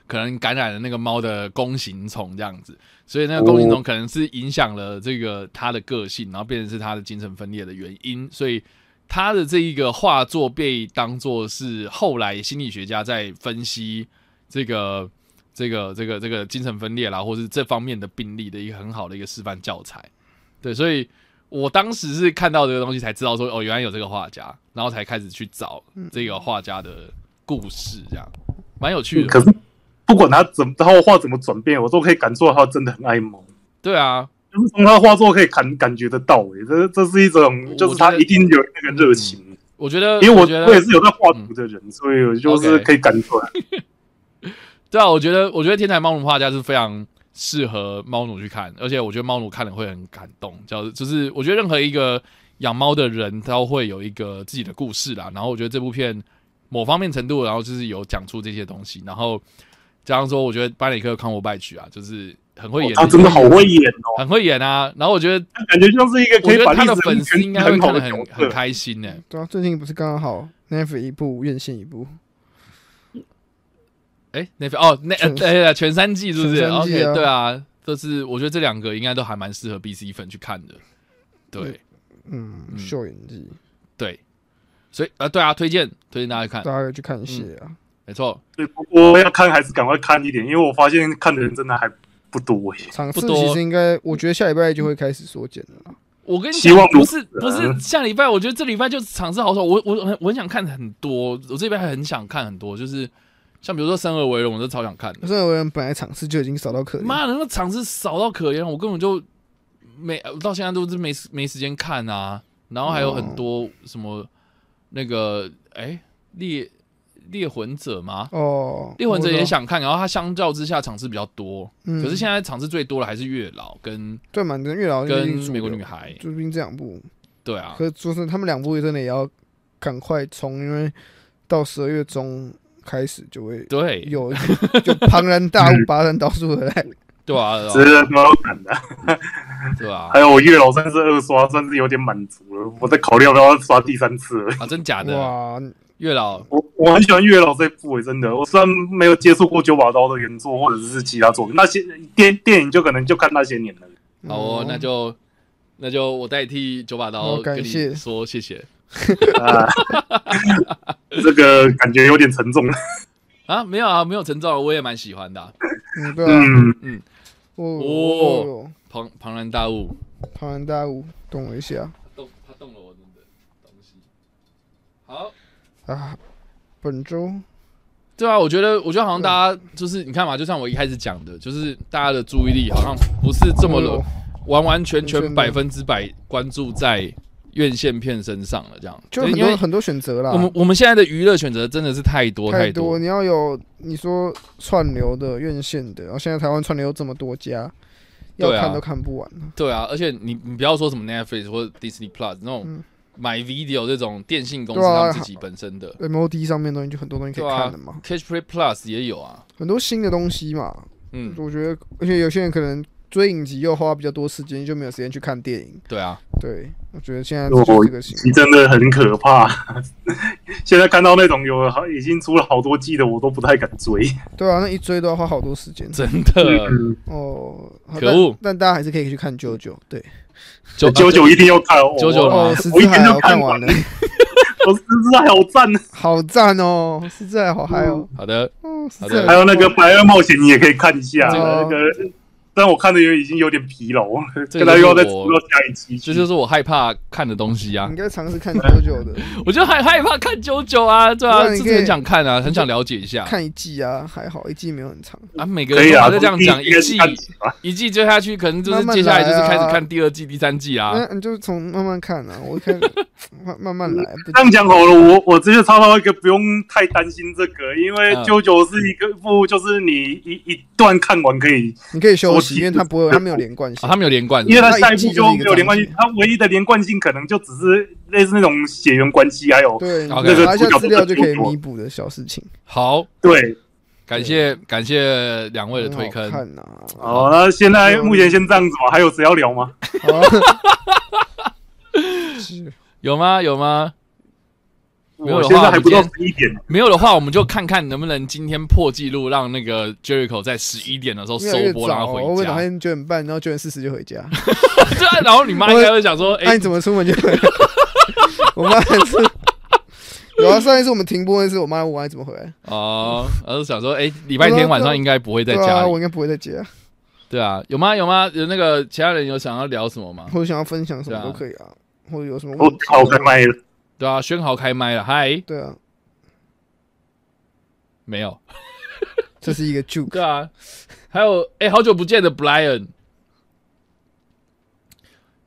可能感染了那个猫的弓形虫这样子，所以那个弓形虫可能是影响了这个它的个性，然后变成是它的精神分裂的原因，所以他的这一个画作被当作是后来心理学家在分析这个这个这个这个精神分裂啦，或是这方面的病例的一个很好的一个示范教材。对，所以我当时是看到这个东西才知道说，哦，原来有这个画家，然后才开始去找这个画家的故事，这样蛮有趣
嗯可
的。
是不管他怎么他的画怎么转变，我都可以感受到他真的很爱猫。
对啊，
就是从他的画作可以感感觉得到、欸，这这是一种，就是他一定有那个热情，
嗯我觉得，
因为我
觉得嗯
我也是有在画图的人，所以我就是可以感出来。
对啊，我觉得我觉得《天才猫奴画家》是非常适合猫奴去看，而且我觉得猫奴看了会很感动。叫就是我觉得任何一个养猫的人都会有一个自己的故事啦。然后我觉得这部片某方面程度，然后就是有讲出这些东西。然后加上说，我觉得班里克康伯拜曲啊，就是很会演，
哦他真的好会演哦，
很会演啊。然后我觉得
他感觉像是一个
我
可
觉
以
得
把
他
历
的
史
粉丝应
人
该会
权很好
看
的
得
角
很很
色。
开心欸呢、
对啊，最近不是刚刚好 Netflix 一部院线一部，
哎、那边哦，那呃
全
对了，全三季是不是、
全三
o
季
k
啊
对啊，这是我觉得这两个应该都还蛮适合 BC 粉去看的。对
嗯，
嗯
秀演技，
对，所以啊，对啊，推荐推荐大家去看，
大家去看戏啊。
没错，
对，不过要看还是赶快看一点，因为我发现看的人真的还不多欸耶。
场
不
次
多
其实应该，我觉得下礼拜就会开始缩减了啦。
我跟你
希
讲
望，
不
如
是
此啊
不是下礼拜，我觉得这礼拜就场次好少，我我我很我很想看很多，我这礼拜还很想看很多，就是像比如说《生而为人》，我都超想看的。
圣维人本来场次就已经少到可怜，
嗯妈的，那个场次少到可怜，我根本就没到现在都是没时没时间看啊。然后还有很多什么那个哎、猎猎魂者吗？
哦，
猎魂者也
我知道，
想看，然后它相较之下场次比较多，
嗯
可是现在场次最多的还是月老跟
对满的月老就
跟
是主
美国
流
女孩，
最近这两部，
对啊，
可是说真的，他们两部真的也要赶快冲，因为到十二月中开始就会
对
有 就庞然大物、拔山倒树的来。
对啊，对
真
啊
的蛮有感的，
对 啊
还，有我月老算是二刷，算是有点满足了。我在考虑要不要刷第三次了。
啊，真假的
哇，
月老
我我很喜欢月老这部、欸，真的。我虽然没有接触过九把刀的原作或者是其他作品，那些电电影就可能就看那些年了。
嗯
好哦，那就那就我代替九把刀
好感
跟你
谢
说谢谢
啊， 这个感觉有点沉重。
啊，没有啊，没有陈兆，我也蛮喜欢的啊、
嗯，对啊，
嗯，
我
哦
我
庞庞然大物，
庞然大物，动我一下
他动他动了我的东西。好，
啊。本周
对啊，我觉得我觉得好像大家就是你看嘛，就像我一开始讲的，就是大家的注意力好像不是这么
哦
的完完全全
完全没
百
有
分之百关注在院线片身上了，这样
就
对
很
因为
多很多选择啦，
我们我们现在的娱乐选择真的是太多
太
多
你要有你说串流的、院线的，然后现在台湾串流这么多家，要
对啊
看都看不完了。
对啊，而且你你不要说什么 Netflix 或者 Disney Plus 那种
嗯
买 video 这种电信公司
对啊
他们自己本身的
MOD 上面的东西就很多东西可以
对啊
看了嘛，
Catch Play Plus 也有啊，
很多新的东西嘛。
嗯，
我觉得，而且有些人可能追影集又花比较多时间，就没有时间去看电影。
对啊，
对，我觉得现在
我
就是这个情
你真的很可怕。现在看到那种有好已经出了好多季的，我都不太敢追。
况。对啊，那一追都要花好多时间。
真的，
嗯，
哦，好
可
但
恶
但大家还是可以去看九九，对，
九
九九一定要看哦，
九九
我
吗
哦，十
我一
字
天
海
就
我
看
看
完
完了，
我实在好赞啊！
好赞哦，十字海好嗨哦，
好的，
哦，十
好的
字海
还有那个《白日冒险》，你也可以看一下。
这
个
那个，但我看的有已经有点疲劳，
这个就是
跟他又要再
我
出到下一期
这
去。
就是我害怕看的东西啊
你应，该尝试看九九的，
我就害害怕看九九啊，对啊，
不然你
自
可以
己很想看啊，很想了解一下
看一季啊，还好一季没有很长，
啊，每个
可
人
以
都
啊，
还在这样讲，
第一
一
个
季
看起吧
一季追下去，可能就是
慢慢
接下来就是开始
来啊嗯
看第二季、第三季啊，
那你就从慢慢看啊，我看慢慢慢来，不
这样讲好了，我我直接插到一个不用太担心这个，因为
嗯
《九九》是一个部，就是你一一段看完可以，
你可以休
我
息，
其
因为它不会，它没有连贯
啊，
性
他，们有连贯是
因
不
为
是，
它
它一
哦下一
季
部
就
就是
一个
没有连贯
章
性
节，
它唯一的连贯性可能就只是类似那种血缘关系，还有
对，你
那个
查一
主角
下资料
不
就
是
可以
多
弥补的小事情，
好，
对。
感谢感谢两位的推
很好
坑，
看呐，
好，那现在目前先这样子吧，还有谁要聊吗？
啊
好是
有吗？有吗？没有
我
的话
现在还不到
我们
十一点，
没有的话，我们就看看能不能今天破纪录，让那个 Jericho 在十一点的时候
越
收
来越
播，让他
早哦，我
回
本来
家。
九点半，然后九点四十就回家，
对啊，然后你妈应该会想说，
那
哎
你，怎么出门就回来？ 我妈还是有啊，上一次我们停播那次，我妈问我还怎么回来，
哦，然后想说，哎，礼拜天晚上应该不会在
对
家
啊，我
里。
应该不会在家，
对啊，有吗？有吗？有那个其他人有想要聊什么吗？
或者想要分享什么
对啊
都可以啊，或者有什么
我
问题，
好开麦了。
对啊，轩豪开麦了，嗨，
对啊，
没有。
这是一个 joke。
对啊，还有哎，好久不见的 Brian，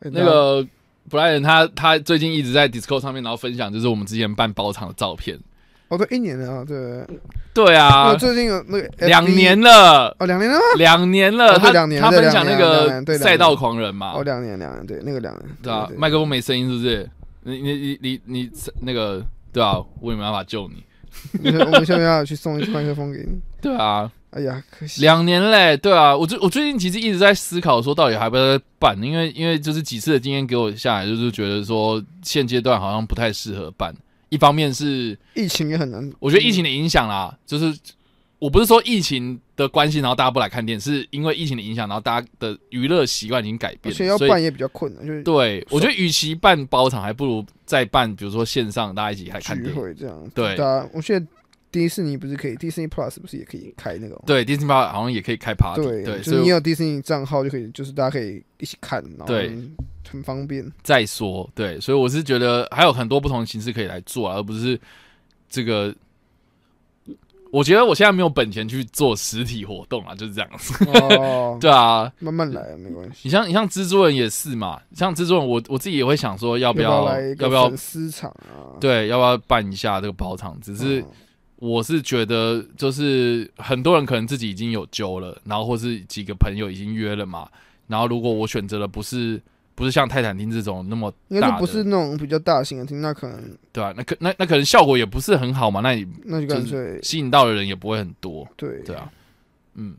那
啊
个 Brian 他他最近一直在 Discord 上面，然后分享就是我们之前办包场的照片。
哦，对，一年了啊，对。
对啊
我，最近有那个
两
FB
年了。
哦，两年了吗？
两年了，
哦对
他
两年
他
对
分享那
两年两
个
年对两年
赛道狂人嘛
哦，，两年，两年，对，那个两年。
对啊，
对
麦克风没声音是不是？你你你你你那个对啊，我也没办法救你，
对 我们现在要去送一支麦克风给你。
对啊，
哎呀，可惜。
两年嘞，对啊，我最我最近其实一直在思考说，到底还不要再办，因为因为就是几次的经验给我下来，就是觉得说现阶段好像不太适合办，一方面是
疫情也很难。
我觉得疫情的影响啦，就是我不是说疫情的关系，然后大家不来看电影，是因为疫情的影响，然后大家的娱乐习惯已经改
而
变
且
了，
哦要
所以
办也比较困难，就是
对我觉得，与其办包场，还不如再办，比如说线上大家一起来看
聚
电影。
会这样。
对
对啊，我记得迪士尼不是可以，迪士尼 Plus 不是也可以开那种？
对，Disney Plus 好像也可以开 party，对，啊
就
所
是
以
你有迪士尼账号就可以，就是大家可以一起看，然后
对
很 方便。
再说，对，所以我是觉得还有很多不同的形式可以来做啊，而不是这个。我觉得我现在没有本钱去做实体活动啊，就是这样子。
哦，
对啊，
慢慢来，没关系。
你像你像蜘蛛人也是嘛，像蜘蛛人我我自己也会想说 要
要
不要
来一
要
个
不要
粉丝场啊？
对要不要办一下这个包场，只是
嗯，
我是觉得，就是很多人可能自己已经有揪了，然后或是几个朋友已经约了嘛。然后如果我选择了不是不是像泰坦厅这种那么
应该
大的，
说不是那种比较大型的厅，那可能
对吧、那可那那可能效果也不是很好嘛，那你
那就干脆
吸引到的人也不会很多，
对
对啊。嗯，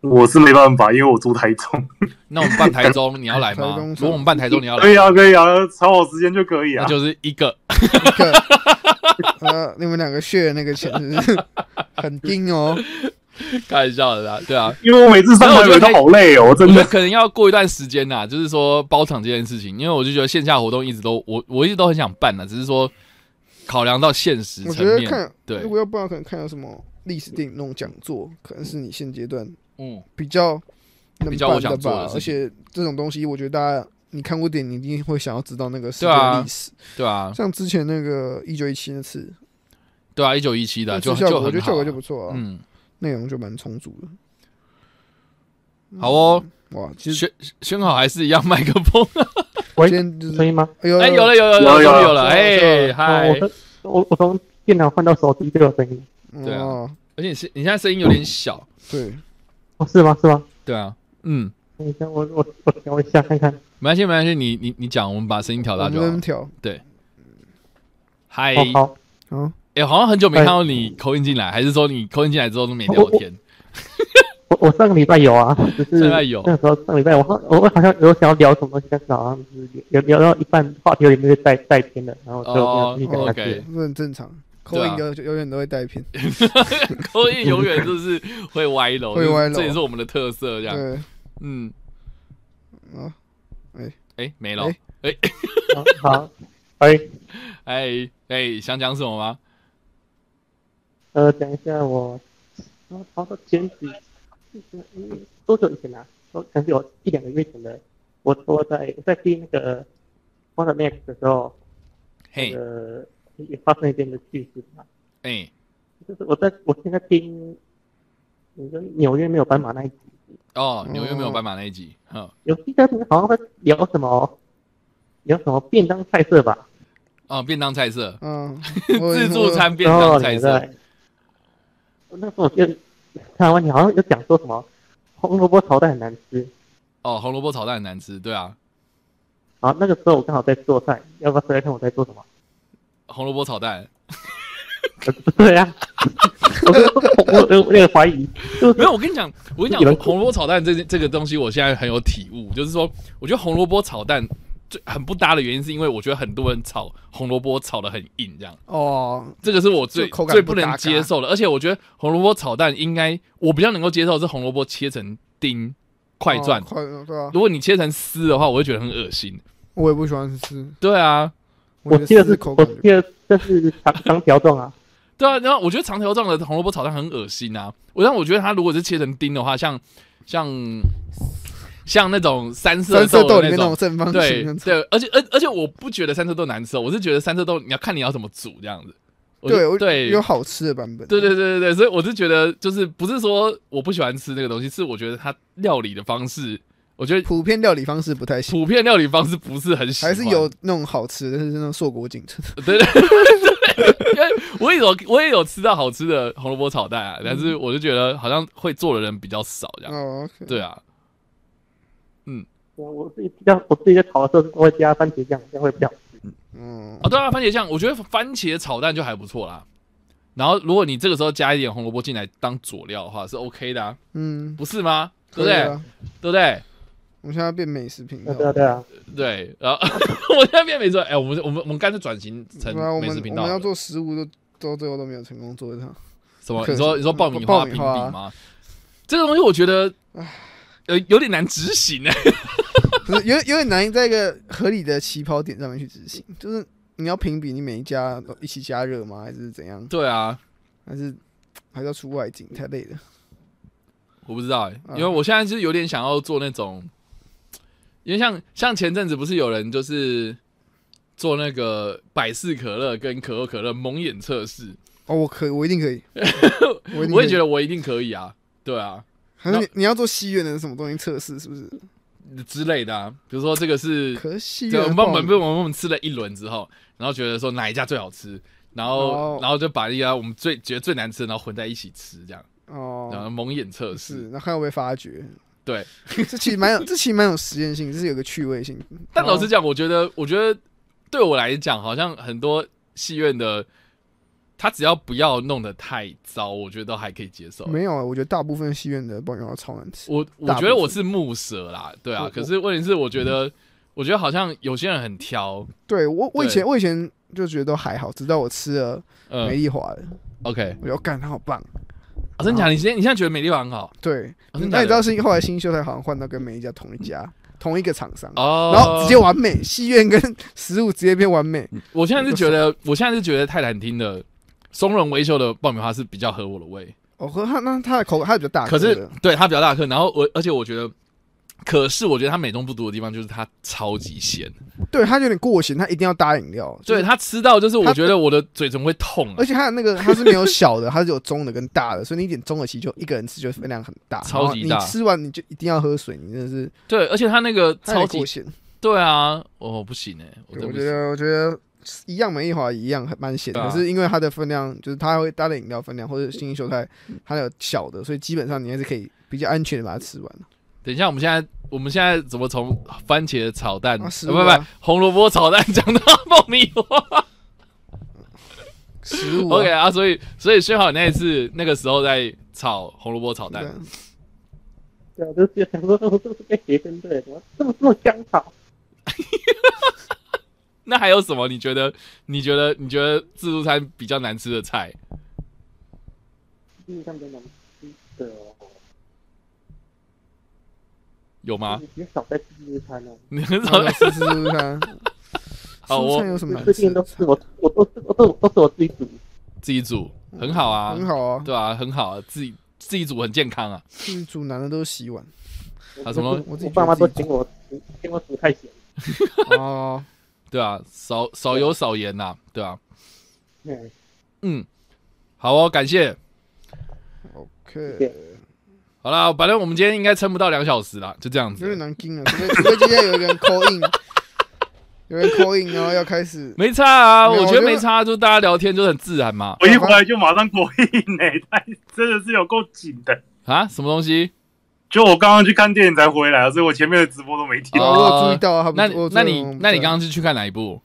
我是没办法，因为我住台中。
那我们办台中，你要来
台
吗？
中
如果我们办台中，你要
可
来，
以啊，可以啊，找好时间就可以
那
啊。
就是一个
一个呃，你们两个 share 那个钱是不是 很硬哦。
开玩笑的啦，对啊。
因为我每次上台北都好累哦，我
我
真
觉
的
得。可能要过一段时间呐、就是说包场这件事情，因为我就觉得线下活动一直都我我一直都很想办呢、只是说考量到现实
我
层
觉得
面，
看，
对
如，果要不然可能看有什么历史电影那种讲座，可能是你现阶段
嗯，
比较能
比较我
办
想
的
做的
吧。而
事情
且这种东西，我觉得大家你看过电影，你一定会想要知道那个世界
对啊
的历史。
对啊，
像之前那个一九一七那次，
对啊，一九一七的
那
就
次
就
效
很
果
好啊，
我觉得效果就不错啊，
嗯，
内容就蛮充足的。
好哦，
哇，其实
宣宣好还是一样麦克风，
今
喂，
天就
声
是
音吗？哦
哎呦，
哎，有了有了
有
有了
有
终于
有
有了，
有
哎
了
嗨
我，的我我从电脑换到手机就有声音，
对啊
哦，
而且你现你现在声音有点小，
对，
哦，是吗？是吗？
对啊，嗯，
等一下，我我我调一下看看。
没关系没关系，你你你讲，我们把声音调
我
大
们
就
能
好，
调，
嗨，
哦，好，
好，哎
哎，好像很久没看到你扣音进来，还是说你扣音进来之后都没聊
我我
天？
我我上个礼拜有啊，只是
上礼拜有
那时候上礼拜我好我我好像有想要聊什么东西，但是好像就是聊聊到一半话题有点被带带偏了，然后就没
哦
有继续讲下去
对
这
了。
哦很正常。口
对啊
音有永远都会带偏，
口音永远就是会歪楼，
会歪楼
这也是我们的特色。这样，
对，
嗯，
啊，
哎，没了，
好好，喂，
哎哎，想讲什么吗？
呃，讲一下我，我好像前几嗯多久以前啊？我可能是有一两个月前的，我我在我在听那个 One Max 的时候，
嘿，
呃，也发生一件的趣事嘛，
哎，
就是我在我现在听，你说纽约没有斑马那一集，
哦，
嗯
纽约没有斑马那一集，
哦
哼，
有记得你好像在聊什么，聊什么便当菜色吧？
哦，便当菜色，
嗯，我哦
自助餐便
然后
当
你
菜
们
色，
在，那时候我记得看完你好像有讲说什么红萝卜炒蛋很难吃，
哦，红萝卜炒蛋很难吃，对啊，
好，那个时候我刚好在做菜，要不要回来看我在做什么？
红萝卜炒蛋，
对呀、我就我我我有点怀疑，就 是
没有，我跟你讲，我跟你
有
讲
人，
红萝卜炒蛋这这个东西，我现在很有体悟，就是说，我觉得红萝卜炒蛋最很不搭的原因，是因为我觉得很多人炒红萝卜炒的很硬，这样。
哦，
这个是我最
就口感
最
不
不能
搭嘎
接受的，而且我觉得红萝卜炒蛋应该我比较能够接受是红萝卜切成丁块状
哦，快对啊，
如果你切成丝的话，我会觉得很恶心。
我也不喜欢吃，
对啊，
我记
觉
得
得
是
是口
我
感就
记得这是长长条状啊，
对啊，然后我觉得长条状的红萝卜炒蛋很恶心啊。我但我觉得它如果是切成丁的话，像像像那种三色
三色
豆
豆
的那
里面那
种
种，正方
对
形那种，
对，而且而而且我不觉得三色豆难吃，哦，我是觉得三色豆你要看你要怎么煮这样子。我觉得
对我
对，
有好吃的版本，
对对对对对，所以我是觉得，就是不是说我不喜欢吃那个东西，是我觉得它料理的方式，我觉得
普遍料理方式不太行，
普遍料理方式不是很喜欢。
还是有那种好吃的，但是那种硕果仅存。
对对对，因为我也有我也有吃到好吃的红萝卜炒蛋啊，但是
嗯
我就觉得好像会做的人比较少这样。
哦，OK，
对啊，
我啊我自己要我自己在炒的时候都会加番茄酱，这样会比较
嗯
哦，对啊，番茄酱，我觉得番茄炒蛋就还不错啦。然后如果你这个时候加一点红萝卜进来当佐料的话，是 OK 的啊，
嗯，
不是吗？对不
可以
对？
啊
对不对？
我们现在变美食频道
对，啊对啊，
对，然 后我现在变美食，哎、我们我们我们干脆转型成
对啊，我
美
们
食
我
频
们
道好了。
要做食物都都最后都没有成功做一趟，
什么？
可
你说你说爆米花
爆
评
米
比
花
吗？这个东西我觉得，呃，有点难执行哎、
可是有有点难在一个合理的起跑点上面去执行，就是你要评比你每一家都一起加热吗？还是怎样？
对啊，
还是还是要出外景太累了？
我不知道哎、
嗯
因为我现在是有点想要做那种，因为像像前阵子不是有人就是做那个百事可乐跟可口可乐蒙眼测试，
哦，我可以我一 定可以，我一定
我也觉
得。
得我一定可以啊，对啊
还是你你要做戏院的什么东西测试是不是？
之类的啊，比如说这个是
可是啊戏
对，我
院的
们我
爆
们
米
被我们我们吃了一轮之后，然后觉得说哪一家最好吃，然后、
哦
然后就把一家我们最觉得最难吃的，然后混在一起吃，这样，然
哦
后蒙眼测试。，
是那看会不会发觉？
对，
这其实蛮有，这其实蛮有实验性，这是有个趣味性。
但老实讲，我觉得，我觉得对我来讲，好像很多戏院的，他只要不要弄得太糟，我觉得都还可以接受。
没有啊，我觉得大部分戏院的爆米花超难吃。
我我
大部
觉
分
得我是木蛇啦，对
我
啊
我。嗯
可是问题是，我觉得，我觉得好像有些人很挑，
对我，我以
对
前我以前就觉得都还好，直到我吃了
嗯
美丽华的，
，OK，
我就哦干它好棒。
啊真假？你现在你现在觉得美丽华很好
对，
哦真的假的
那你知道是后来新秀才好像换到跟每一家同一家同一个厂商，
哦，
然后直接完美，戏院跟食物直接变完美。
我现在是觉得，我现在是觉得太难听的松茸维秀的爆米花是比较合我的胃，
哦，和它那它的口感它比较大
可
颗的，
是对它比较大颗，然后我而且我觉得，可是我觉得它美中不足的地方就是它超级咸，
对它有点过咸，它一定要搭饮料。就
对
是，
它吃到就是我觉得我的嘴唇会痛、啊
而，且它的那个它是没有小的，它是有中的跟大的，所以你点中的其实就一个人吃就分量很 大，
超级
然
大
后你吃完你就一定要喝水，你真的是
对，而且它那个
它有
超
点
级
过咸。
对啊，我、不行哎、我
对
真
我
不
觉
行。
得我觉得一样美丽华一样很蛮咸的，
对啊
可是因为它的分量就是它会搭的饮料分量或者新秀菜，它有小的，所以基本上你还是可以比较安全的把它吃完。
等一下，我们现在我们现在怎么从番茄炒蛋，
啊
呃
食
不
物啊
不红萝卜炒蛋讲到爆米 花？
食物、啊、
OK 啊，所以所以幸好你那一次那个时候在炒红萝卜炒蛋
对，
对，我啊就想说，我是不是被谁针对？怎么这么这么刚好？
那还有什么？你觉得你觉得你觉得自助餐比较难吃的菜？
印象中蛮低的哦，
有吗？
比较少在吃日餐哦。
你很
然
少
后嗯有吃吃吃看。
好我
蔬菜有什么难
最
吃
近
的
都？是我，我都是我都都是我自己煮，
自己煮，很好啊，
很，好啊，
对啊，很好啊，自己自己煮很健康啊。
自己煮男的都是洗 碗
啊什么
我爸妈都嫌我煮嫌我煮太咸。
哦。
对啊，少少油少盐呐、对啊，
嗯，
嗯，好哦，感谢。
OK，
对
好啦，反正我们今天应该撑不到两小时啦，就这样
有点
子。
难听啊，除非除非今天有一个人 call in，有人 call in，然后要开始
没差啊，
没有
我觉得
我觉得
没差，就大家聊天就很自然嘛。
我一回来就马上过 瘾呢、太真的是有够紧的。
啊，什么东西？
就我刚刚去看电影才回来，所以我前面的直播都没听。
哦
我有注意到啊，他不
那
我有
你
注意
那
到
你
我不
那你
在
刚刚是去看哪一部？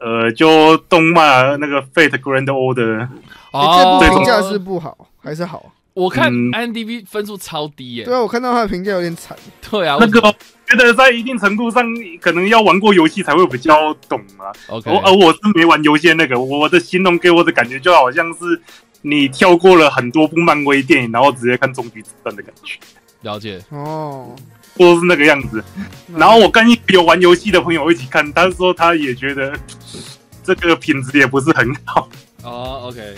呃，就动漫啊那个《Fate Grand Order》，
啊
欸这
对
哦
部评价是不好还是好？
我看
嗯
IMDB 分数超低耶、
对啊，我看到他的评价有点惨。
对啊，
那个我觉得在一定程度上，可能要玩过游戏才会比较懂啊。
OK，
我而我是没玩游戏的那个，我的形容给我的感觉就好像是你跳过了很多部漫威电影，然后直接看《终局之战》的感觉，
了解。
哦，
或是那个样子。
那
然后我跟一有玩游戏的朋友一起看，他说他也觉得 这个品质也不是很好。
哦，OK，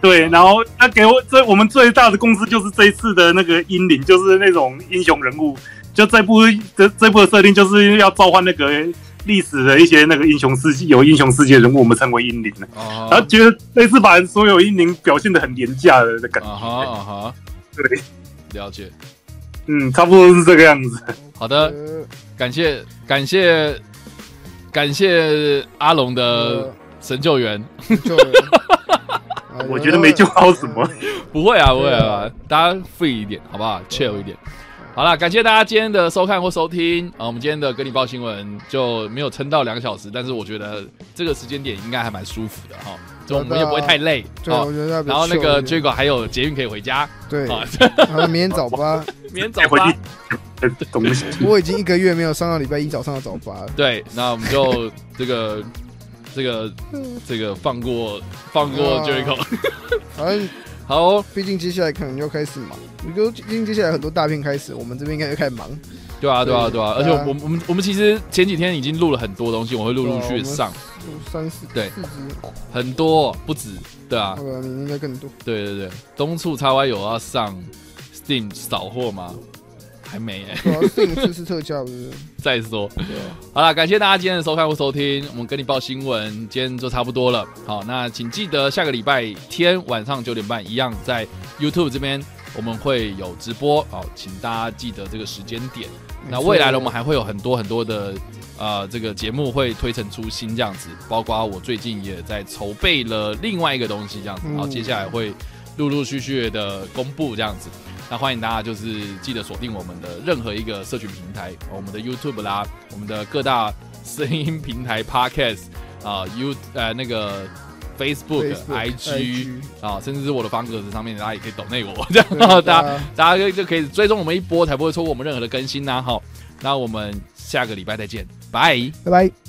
对，然后他给我这我们最大的共识就是这一次的那个英灵，就是那种英雄人物，就这部这这部的设定就是要召唤那个历史的一些那个英雄事迹，有英雄事迹的人物，我们称为英灵了。
哦，
然后觉得这次把所有英灵表现的很廉价的感觉，
啊哈啊哈，
对，
了解。
嗯，差不多是这个样子。
好的，
呃
感谢感谢感谢阿龙的神救援。
呃救人啊
我觉得没救到
哎
什 么。
不会啊，不会
对
啊
啊，
大家 free 一点，好不好？chill 一点。好啦，感谢大家今天的收看或收听啊！我们今天的跟你报新闻就没有撑到两个小时，但是我觉得这个时间点应该还蛮舒服的哈，就我们也不会太累
对，啊
哦
我。觉得他比较
然后那个
秀一
结
点
果还有捷运可以回家
对，
啊，
然后明天早八，
明天早
再回
八
去的东西，
我已经一个月没有上到礼拜一早上的早八了。
对，那我们 就这个这个这个放过放过
啊
Jericho，
反正
好哦，
毕竟接下来可能要开始忙，我觉得毕竟接下来很多大片开始，我们这边应该就开始忙。
对啊，对啊，对啊，而且
对啊
我们我们我们其实前几天已经录了很多东西，我会陆陆
啊
续续上
三四
对
四支，
很多，不止，对啊
好，吧，你应该更多。
对对对，东促 x Y 有要上 Steam 扫货吗？还没哎、
对啊，摄影师是特价，不是？
再说
对啊，
好了，感谢大家今天的收看或收听，我们跟你报新闻，今天就差不多了。好，那请记得下个礼拜天晚上九点半一样在 YouTube 这边我们会有直播，好，请大家记得这个时间点。那未来呢，我们还会有很多很多的呃这个节目会推陈出新这样子，包括我最近也在筹备了另外一个东西这样子，
嗯
然后接下来会陆陆续续的公布这样子。那欢迎大家就是记得锁定我们的任何一个社群平台，哦我们的 YouTube 啦，我们的各大声音平台 Podcast 啊、You 呃那个 Facebook、
Facebook
IG
IG
啊，甚至是我的方格子上面，大家也可以抖内我这样，然后 大家
嗯对啊
大家就可以追踪我们一波，才不会错过我们任何的更新呐、好，那我们下个礼拜再见，拜。
拜拜。